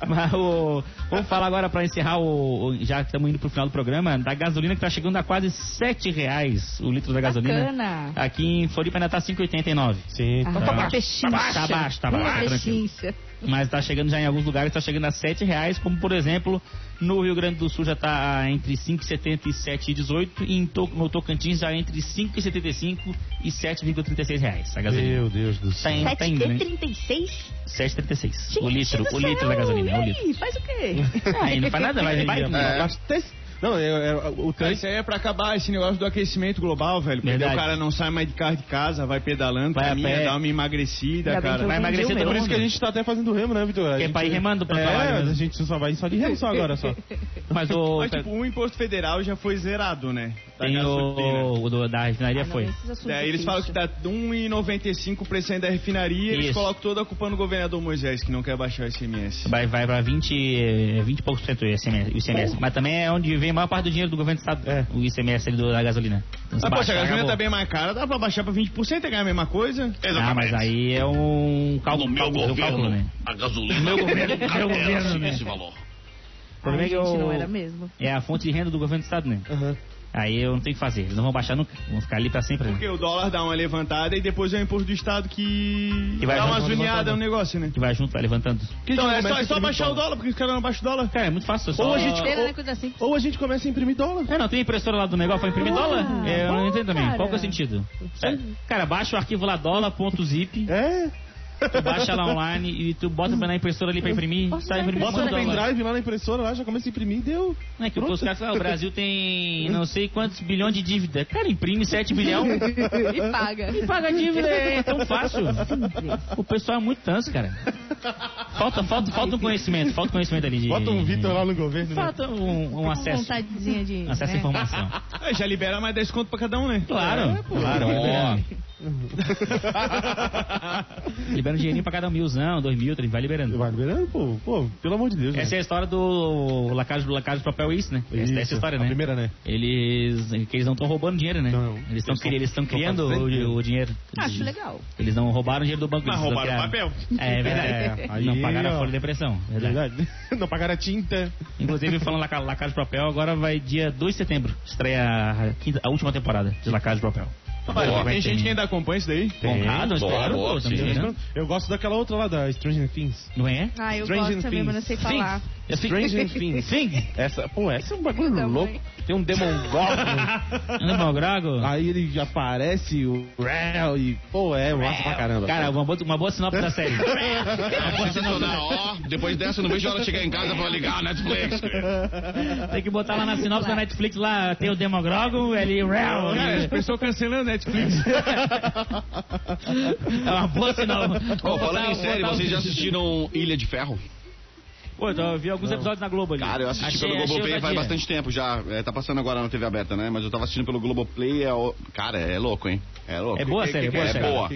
C: Mas o- vamos falar agora pra encerrar, o, o- já que estamos indo pro final do programa, da gasolina que tá chegando a quase sete reais o litro da gasolina.
B: Bacana.
C: Aqui em Floripa ainda tá 5,89.
E: Sim.
B: Ah,
C: Tá
B: uma
C: baixo,
B: pechincha.
C: tá baixo, tá baixo, tá
B: Uma
C: baixo, tranquilo.
B: pechincha.
C: Mas tá chegando já em alguns lugares, tá chegando a sete reais, como por exemplo, no Rio Grande do Sul já tá entre 5,77 e 7,18 e em To- no Tocantins já entre 5,75 e 7,36 reais a gasolina.
E: Meu Deus do
C: Tá
E: céu.
C: indo, tá indo, né?
B: 7,36?
C: 7,36. O
B: Gente
C: litro,
B: do
C: o litro da
B: céu,
C: gasolina, é o
B: e
C: litro.
B: aí, Faz o quê?
C: Aí não faz nada, vai, vai.
A: É.
E: Não, é, é,
D: Cara,
E: o tanque.
D: isso aí é pra acabar esse negócio do aquecimento global, velho. Porque
C: Verdade.
D: daí o cara não sai mais de carro de casa, vai pedalando,
C: Vai a
D: caminha,
C: pé.
D: dá uma emagrecida,
B: Ainda bem que eu
D: cara.
C: Vai
B: vendi o
C: emagrecer
B: meu.
C: todo
E: Por isso
C: mundo.
E: que a gente tá até fazendo remo, né, Vitor? A
C: Que é
E: gente-
C: pra ir remando pra trabalho
E: É,
C: mesmo.
E: a gente só vai só de remo só agora só.
C: Mas o...
D: Mas, tipo, o imposto federal já foi zerado, né? Da
C: tem
D: gasolina.
C: o, o do- da refinaria
B: Ah, não,
C: foi.
B: esses assuntos
D: Daí É, eles
B: difíceis.
D: falam que tá- um dá 1,95 preço da refinaria e
C: Isso.
D: eles colocam toda a culpa no governador Moisés, que não quer baixar o SMS.
C: Vai, vai pra 20, eh, 20 e poucos por cento o ICMS, o ICMS. Mas também é onde vem maior parte do dinheiro do governo do estado,
E: É.
C: o ICMS ali do- da gasolina. Então,
D: Mas,
C: se
D: poxa,
C: baixar,
D: a gasolina
C: acabou.
D: tá bem mais cara, dá pra baixar pra 20% e ganhar a mesma coisa?
C: Ah, mas aí é um cálculo.
A: No meu
C: cálculo, é um
A: governo,
C: cálculo, né?
A: a gasolina
C: Meu governo,
A: nunca
C: meu
A: era
C: governo,
A: assim
C: né?
A: esse valor.
C: O
B: Ai,
C: problema é que
B: gente,
C: eu-
B: não era mesmo.
C: É a fonte de renda do governo do estado, né?
E: Aham.
C: Aí eu não tenho o que fazer. Eles não vão baixar nunca. Vão ficar ali pra sempre. né?
D: Porque o dólar dá uma levantada e depois é o imposto do Estado que,
C: Que vai
D: dá uma
C: junto,
D: juneada
C: levantando.
D: no negócio, né?
C: Que vai junto, vai levantando.
D: Então é só, é
E: começa
D: só
E: a
D: baixar o
E: imprimir
D: dólar, porque os caras não baixam o dólar.
C: Cara, é muito fácil. é Só...
E: Ou a gente-
B: Pena, né? Coisa assim.
E: Ou a gente começa a imprimir dólar.
C: É, não, tem a impressora lá do negócio pra imprimir dólar? É, eu não
B: bom,
C: entendo também.
B: cara.
C: Qual que é o sentido? É, cara, baixa o arquivo lá dólar.zip,
E: É.
C: tu baixa lá online e tu bota na impressora ali pra imprimir,
B: Posso usar
C: sai
B: a
C: imprimindo
E: Bota
B: impressora
E: no
C: tudo
B: aqui?
C: dólar.
E: pendrive lá na impressora, lá já começa a imprimir e deu.
C: Não é que os caras falam, ah, o Brasil tem não sei quantos bilhões de dívida. Cara, imprime 7 bilhão
B: E paga.
C: e paga a dívida. É tão fácil. O pessoal é muito tanso, cara. Falta, falta, falta um conhecimento, falta um conhecimento ali de...
E: Bota um Vitor lá no governo, né?
C: Falta um, um acesso, Um
B: Vontadezinha de.
C: acesso à
B: né?
C: informação.
D: É, já libera mais 10 conto pra cada um, né?
C: Claro, claro. Libera. liberando dinheirinho pra cada um, milzão, dois mil, três, vai liberando.
E: Vai liberando, pô. Pô, pelo amor de Deus. né?
C: Essa é a história do Lacage do Lacage de Papel isso, né? Essa, essa é a história,
E: A
C: né?
E: primeira, né?
C: Eles, que eles não estão roubando dinheiro, né?
E: Não,
C: eles estão
E: eles tão-
C: eles tão
E: tão
C: criando
E: fazendo
C: o,
E: dinheiro.
C: o dinheiro.
B: Acho
C: Eles-
B: legal.
C: Eles não roubaram o dinheiro do banco.
D: Mas
C: eles estão
D: roubaram o papel.
C: criando. É verdade.
E: É, aí,
C: não pagaram a
E: ó.
C: folha de impressão. Verdade.
E: É Verdade. Não pagaram a tinta.
C: Inclusive, falando La, La Casa de Papel, agora vai dia 2 de setembro. Estreia a, quinta- a última temporada de La Casa de Papel.
D: Mas
C: Vai
D: tem
C: ter-
D: gente que ainda acompanha isso daí.
C: Bom, ah, não,
A: boa,
C: espero,
A: boa,
C: pô,
A: sim.
C: também, né?
E: Eu gosto daquela outra lá, da Stranger Things.
C: Não é?
B: Ah, eu
E: Stranger
B: gosto também, mas não sei falar.
C: Eu fico-
E: Stranger Things.
C: Thing?
E: Essa, pô, essa é um bagulho
B: Eu também.
E: louco. Tem um Demon Goblin.
C: Não, não, Grago?
E: aí ele aparece o Rel e, pô, é massa pra caramba.
C: Cara, uma boa, uma boa sinopse da série.
A: É Sensacional, ó. Depois dessa, eu não vejo a hora de chegar em casa pra ligar a Netflix.
C: Tem que botar lá na sinopse da Netflix, lá tem o Demogrogo, ele...
D: Cara, as
C: É
D: pessoas cancelando a Netflix.
C: É uma boa sinopse.
A: Ó,
C: Vou
A: falando
C: botar-
A: em série,
C: botar um o-
A: vocês já assistiram Ilha de Ferro?
C: Pô, então, eu vi alguns episódios na Globo ali.
A: Cara, eu assisti
C: Achei-
A: pelo
C: achei
A: Globoplay faz
C: ousadia.
A: bastante tempo já. É, tá passando agora na TV aberta, né? Mas eu tava assistindo pelo Globoplay. É... o- Cara, é louco, hein? É louco.
C: É boa a
A: Que-
C: série,
A: que-
C: é boa a
A: é
C: série.
A: boa.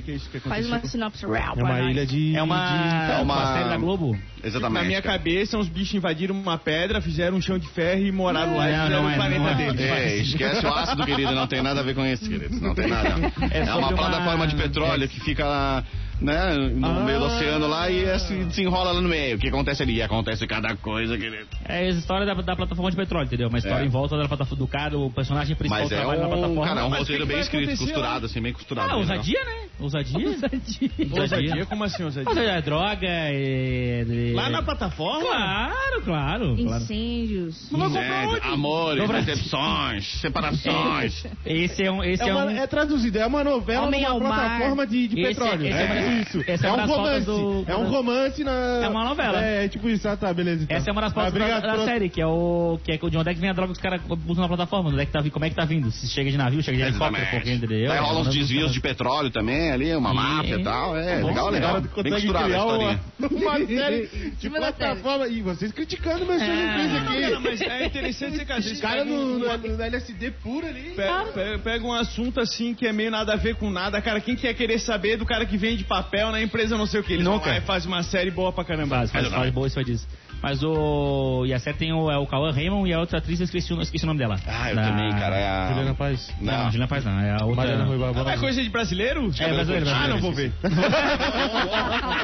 B: Faz uma sinopse real.
E: é uma ilha de.
C: É uma,
A: É uma-
C: uma série da Globo.
A: Exatamente.
D: Na minha
A: cara.
D: cabeça, uns bichos invadiram uma pedra, fizeram um chão de ferro e moraram lá e
C: Não,
D: fizeram
C: não
D: o
C: é,
D: planeta
C: não é.
D: deles.
A: É, esquece o ácido, querido. Não tem nada a ver com isso, querido. Não tem nada. É,
C: sobre
A: uma
C: uma-
A: plataforma de petróleo que fica lá, né, no meio do oceano lá e é, se desenrola lá no meio. O que acontece ali? Acontece cada coisa, querido.
C: É a história da, da plataforma de petróleo, entendeu? Uma história
A: É.
C: em volta da plataforma do cara, o personagem principal
A: Mas é
C: trabalha na
A: um,
C: plataforma.
A: cara, é um
D: Mas o que
A: roteiro
D: que
A: bem
D: vai
A: escrito,
D: acontecer lá?
A: costurado, assim, bem costurado.
C: Ah,
A: né?
C: ousadia, né? Ousadia? Ousadia.
D: Ousadia, como assim, ousadia?
C: Ousadia, droga, é, é-
D: Lá na plataforma?
C: Claro, claro, claro.
B: Incêndios.
A: Gente, Né, amores, decepções, separações.
C: Esse é um... Esse é,
E: É, uma,
C: um...
E: é traduzido, é uma novela
B: Homem
E: numa
B: ao mar.
E: plataforma de, de
C: Esse-
E: petróleo.
C: esse é uma-
E: é isso.
C: essa é
E: é
C: uma
E: um
C: das pautas
E: romance.
C: do-
E: É um romance na.
C: É uma novela.
E: É, tipo isso, ah, tá, beleza. então.
C: Essa é uma das
E: Tá,
C: pautas da,
E: obrigado,
C: da
E: pronto.
C: série, que é o que é de onde é que vem a droga que os caras usam na plataforma, onde é que tá vindo, como é que tá vindo, se chega de navio, chega de helicóptero, porque entendeu?
A: Aí rola uns
C: Onde-
A: desvios de petróleo também ali, uma
C: Sim.
A: máfia e tal. É,
C: Bom,
A: legal, legal.
E: Cara, é
A: Bem
E: consegue
A: costurada a
E: criar uma,
A: né, historinha.
E: uma série de
B: Uma série.
E: plataforma. E vocês criticando, mas eu não fiz aqui.
D: Cara, mas é interessante você que às vezes
E: Esse cara
D: pega
E: tá no,
D: um-
E: no, no LSD puro ali.
D: Pe- pe- Pega um assunto assim que é meio nada a ver com nada, cara. Quem quer querer saber do cara que vende papel na empresa não sei o que? Eles
C: Nunca.
D: vão lá e faz uma série boa pra caramba.
C: Faz, faz,
A: Mas
C: faz
A: não.
C: boa isso vai disso. Mas o. E a série tem o, é o Cauã Raymond e a outra atriz, eu esqueci, o- esqueci o nome dela.
A: Ah, eu
C: Da-
A: também, cara. é a-
E: Paz.
C: Não,
A: Não.
C: Juliana Paz não, é a outra.
E: Mariana Rui
A: um
D: Ah, mas
E: Barbosa.
D: é coisa de brasileiro?
C: É, brasileiro,
D: Ah,
C: brasileiro,
D: não vou ver.
A: É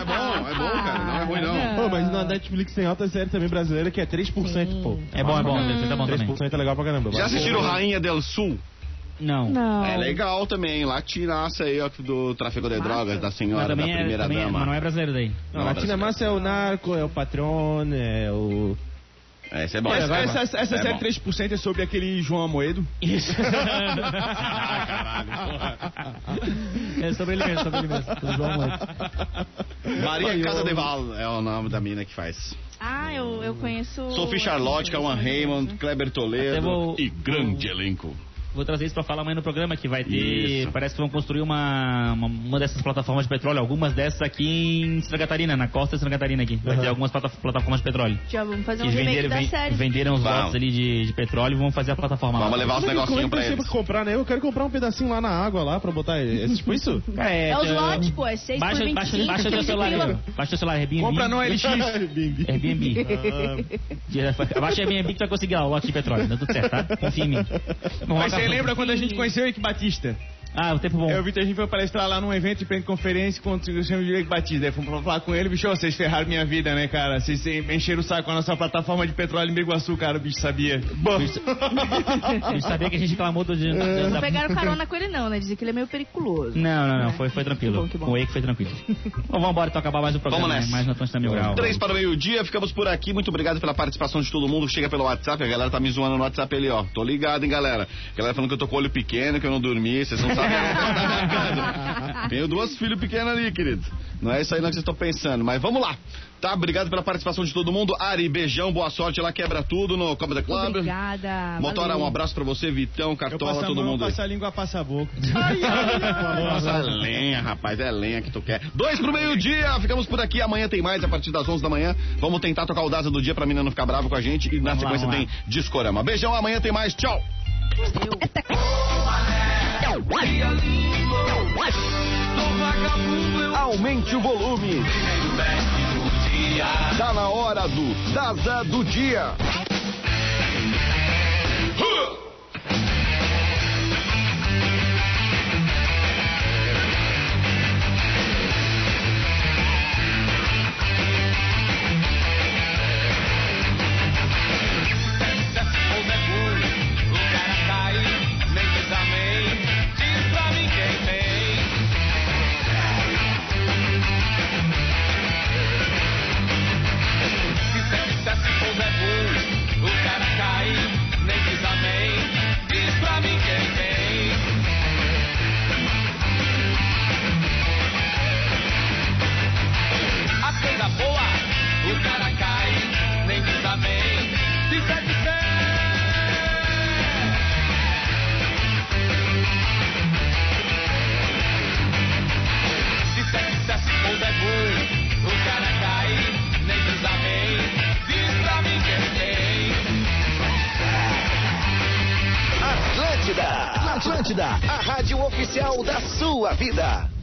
A: bom, é bom, cara. Não é ruim, não.
E: Pô, mas na Netflix tem alta série também brasileira que é 3%, pô.
C: É bom, é bom, tá bom também.
E: 3% é legal pra caramba.
A: Já assistiram Rainha del Sul?
C: Não.
B: Não.
A: É legal também. Lá tiraça aí ó, do tráfico de drogas da
C: Mas
A: senhora, da
C: também é,
A: primeira
C: também é- mas não
A: dama.
C: é brasileiro daí.
E: Não, Latina Massa é o narco, é o patrão, é o.
A: Essa é bom.
D: Essa, essa, essa,
A: É
D: série
A: bom.
D: 3% é sobre aquele João Amoedo.
C: Isso. é sobre ele mesmo, sobre ele mesmo. sobre o João Moito.
A: Maria Casa Deval é o nome da mina que faz.
B: Ah, eu, eu conheço.
A: Sophie Charlotte, Cauan é Raymond, Kleber
C: Até
A: Toledo
C: vou-
A: e grande elenco.
C: Vou trazer isso pra falar amanhã no programa que vai ter.
A: Isso.
C: Parece que vão construir uma, uma, uma dessas plataformas de petróleo, algumas dessas aqui em Santa Catarina, na costa de Santa Catarina aqui. Vai ter algumas plata- plataformas de petróleo.
B: Já vamos fazer um
C: Que
B: remake
C: venderam,
B: da
C: ven-
B: série.
C: venderam os
A: Vamos.
C: lotes ali de, de petróleo e vão fazer a plataforma
A: Vamos
C: lá.
A: levar os
E: Como é que- como
A: negocinhos
E: é que
A: pra
E: você
A: eles.
E: vai comprar, né? Eu quero comprar um pedacinho lá na água
D: Tá
E: lá pra botar. É, é tipo isso?
C: Cara,
B: É os
C: tem- um-
B: lotes, pô, é 6 por
C: Baixa,
B: 25,
C: baixa, baixa o teu
B: 15
C: celular,
B: pila.
C: aí, ó. baixa o teu celular, Airbnb.
D: Compra é no LX.
C: Airbnb. Já- Abaixa a minha que tu vai conseguir ó, o lote de petróleo. Dá tudo certo, tá? Confia em mim. Vamos lá,
D: Mas você
C: tá?
D: lembra quando a gente conheceu o Eike Batista?
C: Ah, o tempo bom.
D: Eu vi que a gente foi palestrar lá num evento de conferência com o senhor Eike Batista. Aí fomos falar com ele, bicho, ó, vocês ferraram minha vida, né, cara? Vocês encheram o saco com a nossa plataforma de petróleo em Biguaçu, cara, o bicho sabia.
C: A gente sabia que a gente reclamou do... de- da-
B: Não
C: da-
B: pegaram carona com ele, não, né? Dizem que ele é meio periculoso.
C: Não, não, não. Foi, foi
B: Que
C: tranquilo.
B: bom, que bom.
C: O Wake foi tranquilo. Bom, vambora, então acabar mais o programa.
A: Vamos nessa.
C: né? Mais na Atlântida Mil Grau.
A: Três para o meio-dia, ficamos por aqui. Muito obrigado pela participação de todo mundo. Chega pelo WhatsApp, a galera tá me zoando no WhatsApp ali, ó. Tô ligado, hein, galera. A galera falando que eu tô com o olho pequeno, que eu não dormi, vocês não sabem a hora da minha casa. Tenho duas filhos pequenos ali, querido. Não é isso aí não que vocês estão pensando, mas vamos lá. Tá, obrigado pela participação de todo mundo. Ari, beijão, boa sorte. Lá quebra tudo no Copa da Club.
B: Obrigada.
A: Motora,
B: valeu.
A: um abraço pra você, Vitão,
D: Eu
A: Cartola,
D: passo a
A: todo
D: mão,
A: mundo aí.
D: passo a língua, passo a boca.
A: Nossa, é lenha, rapaz, é lenha que tu quer. Dois pro meio-dia, ficamos por aqui. Amanhã tem mais, a partir das 11 da manhã. Vamos tentar tocar o Daza do dia pra menina não ficar brava com a gente. E na
C: Vamos lá,
A: sequência
C: vamos
A: tem
C: lá.
A: Discorama. Beijão, amanhã tem mais. Tchau. Aumente o volume. Tá na hora do Daza do dia.
H: Atlântida, Atlântida, a rádio oficial da sua vida.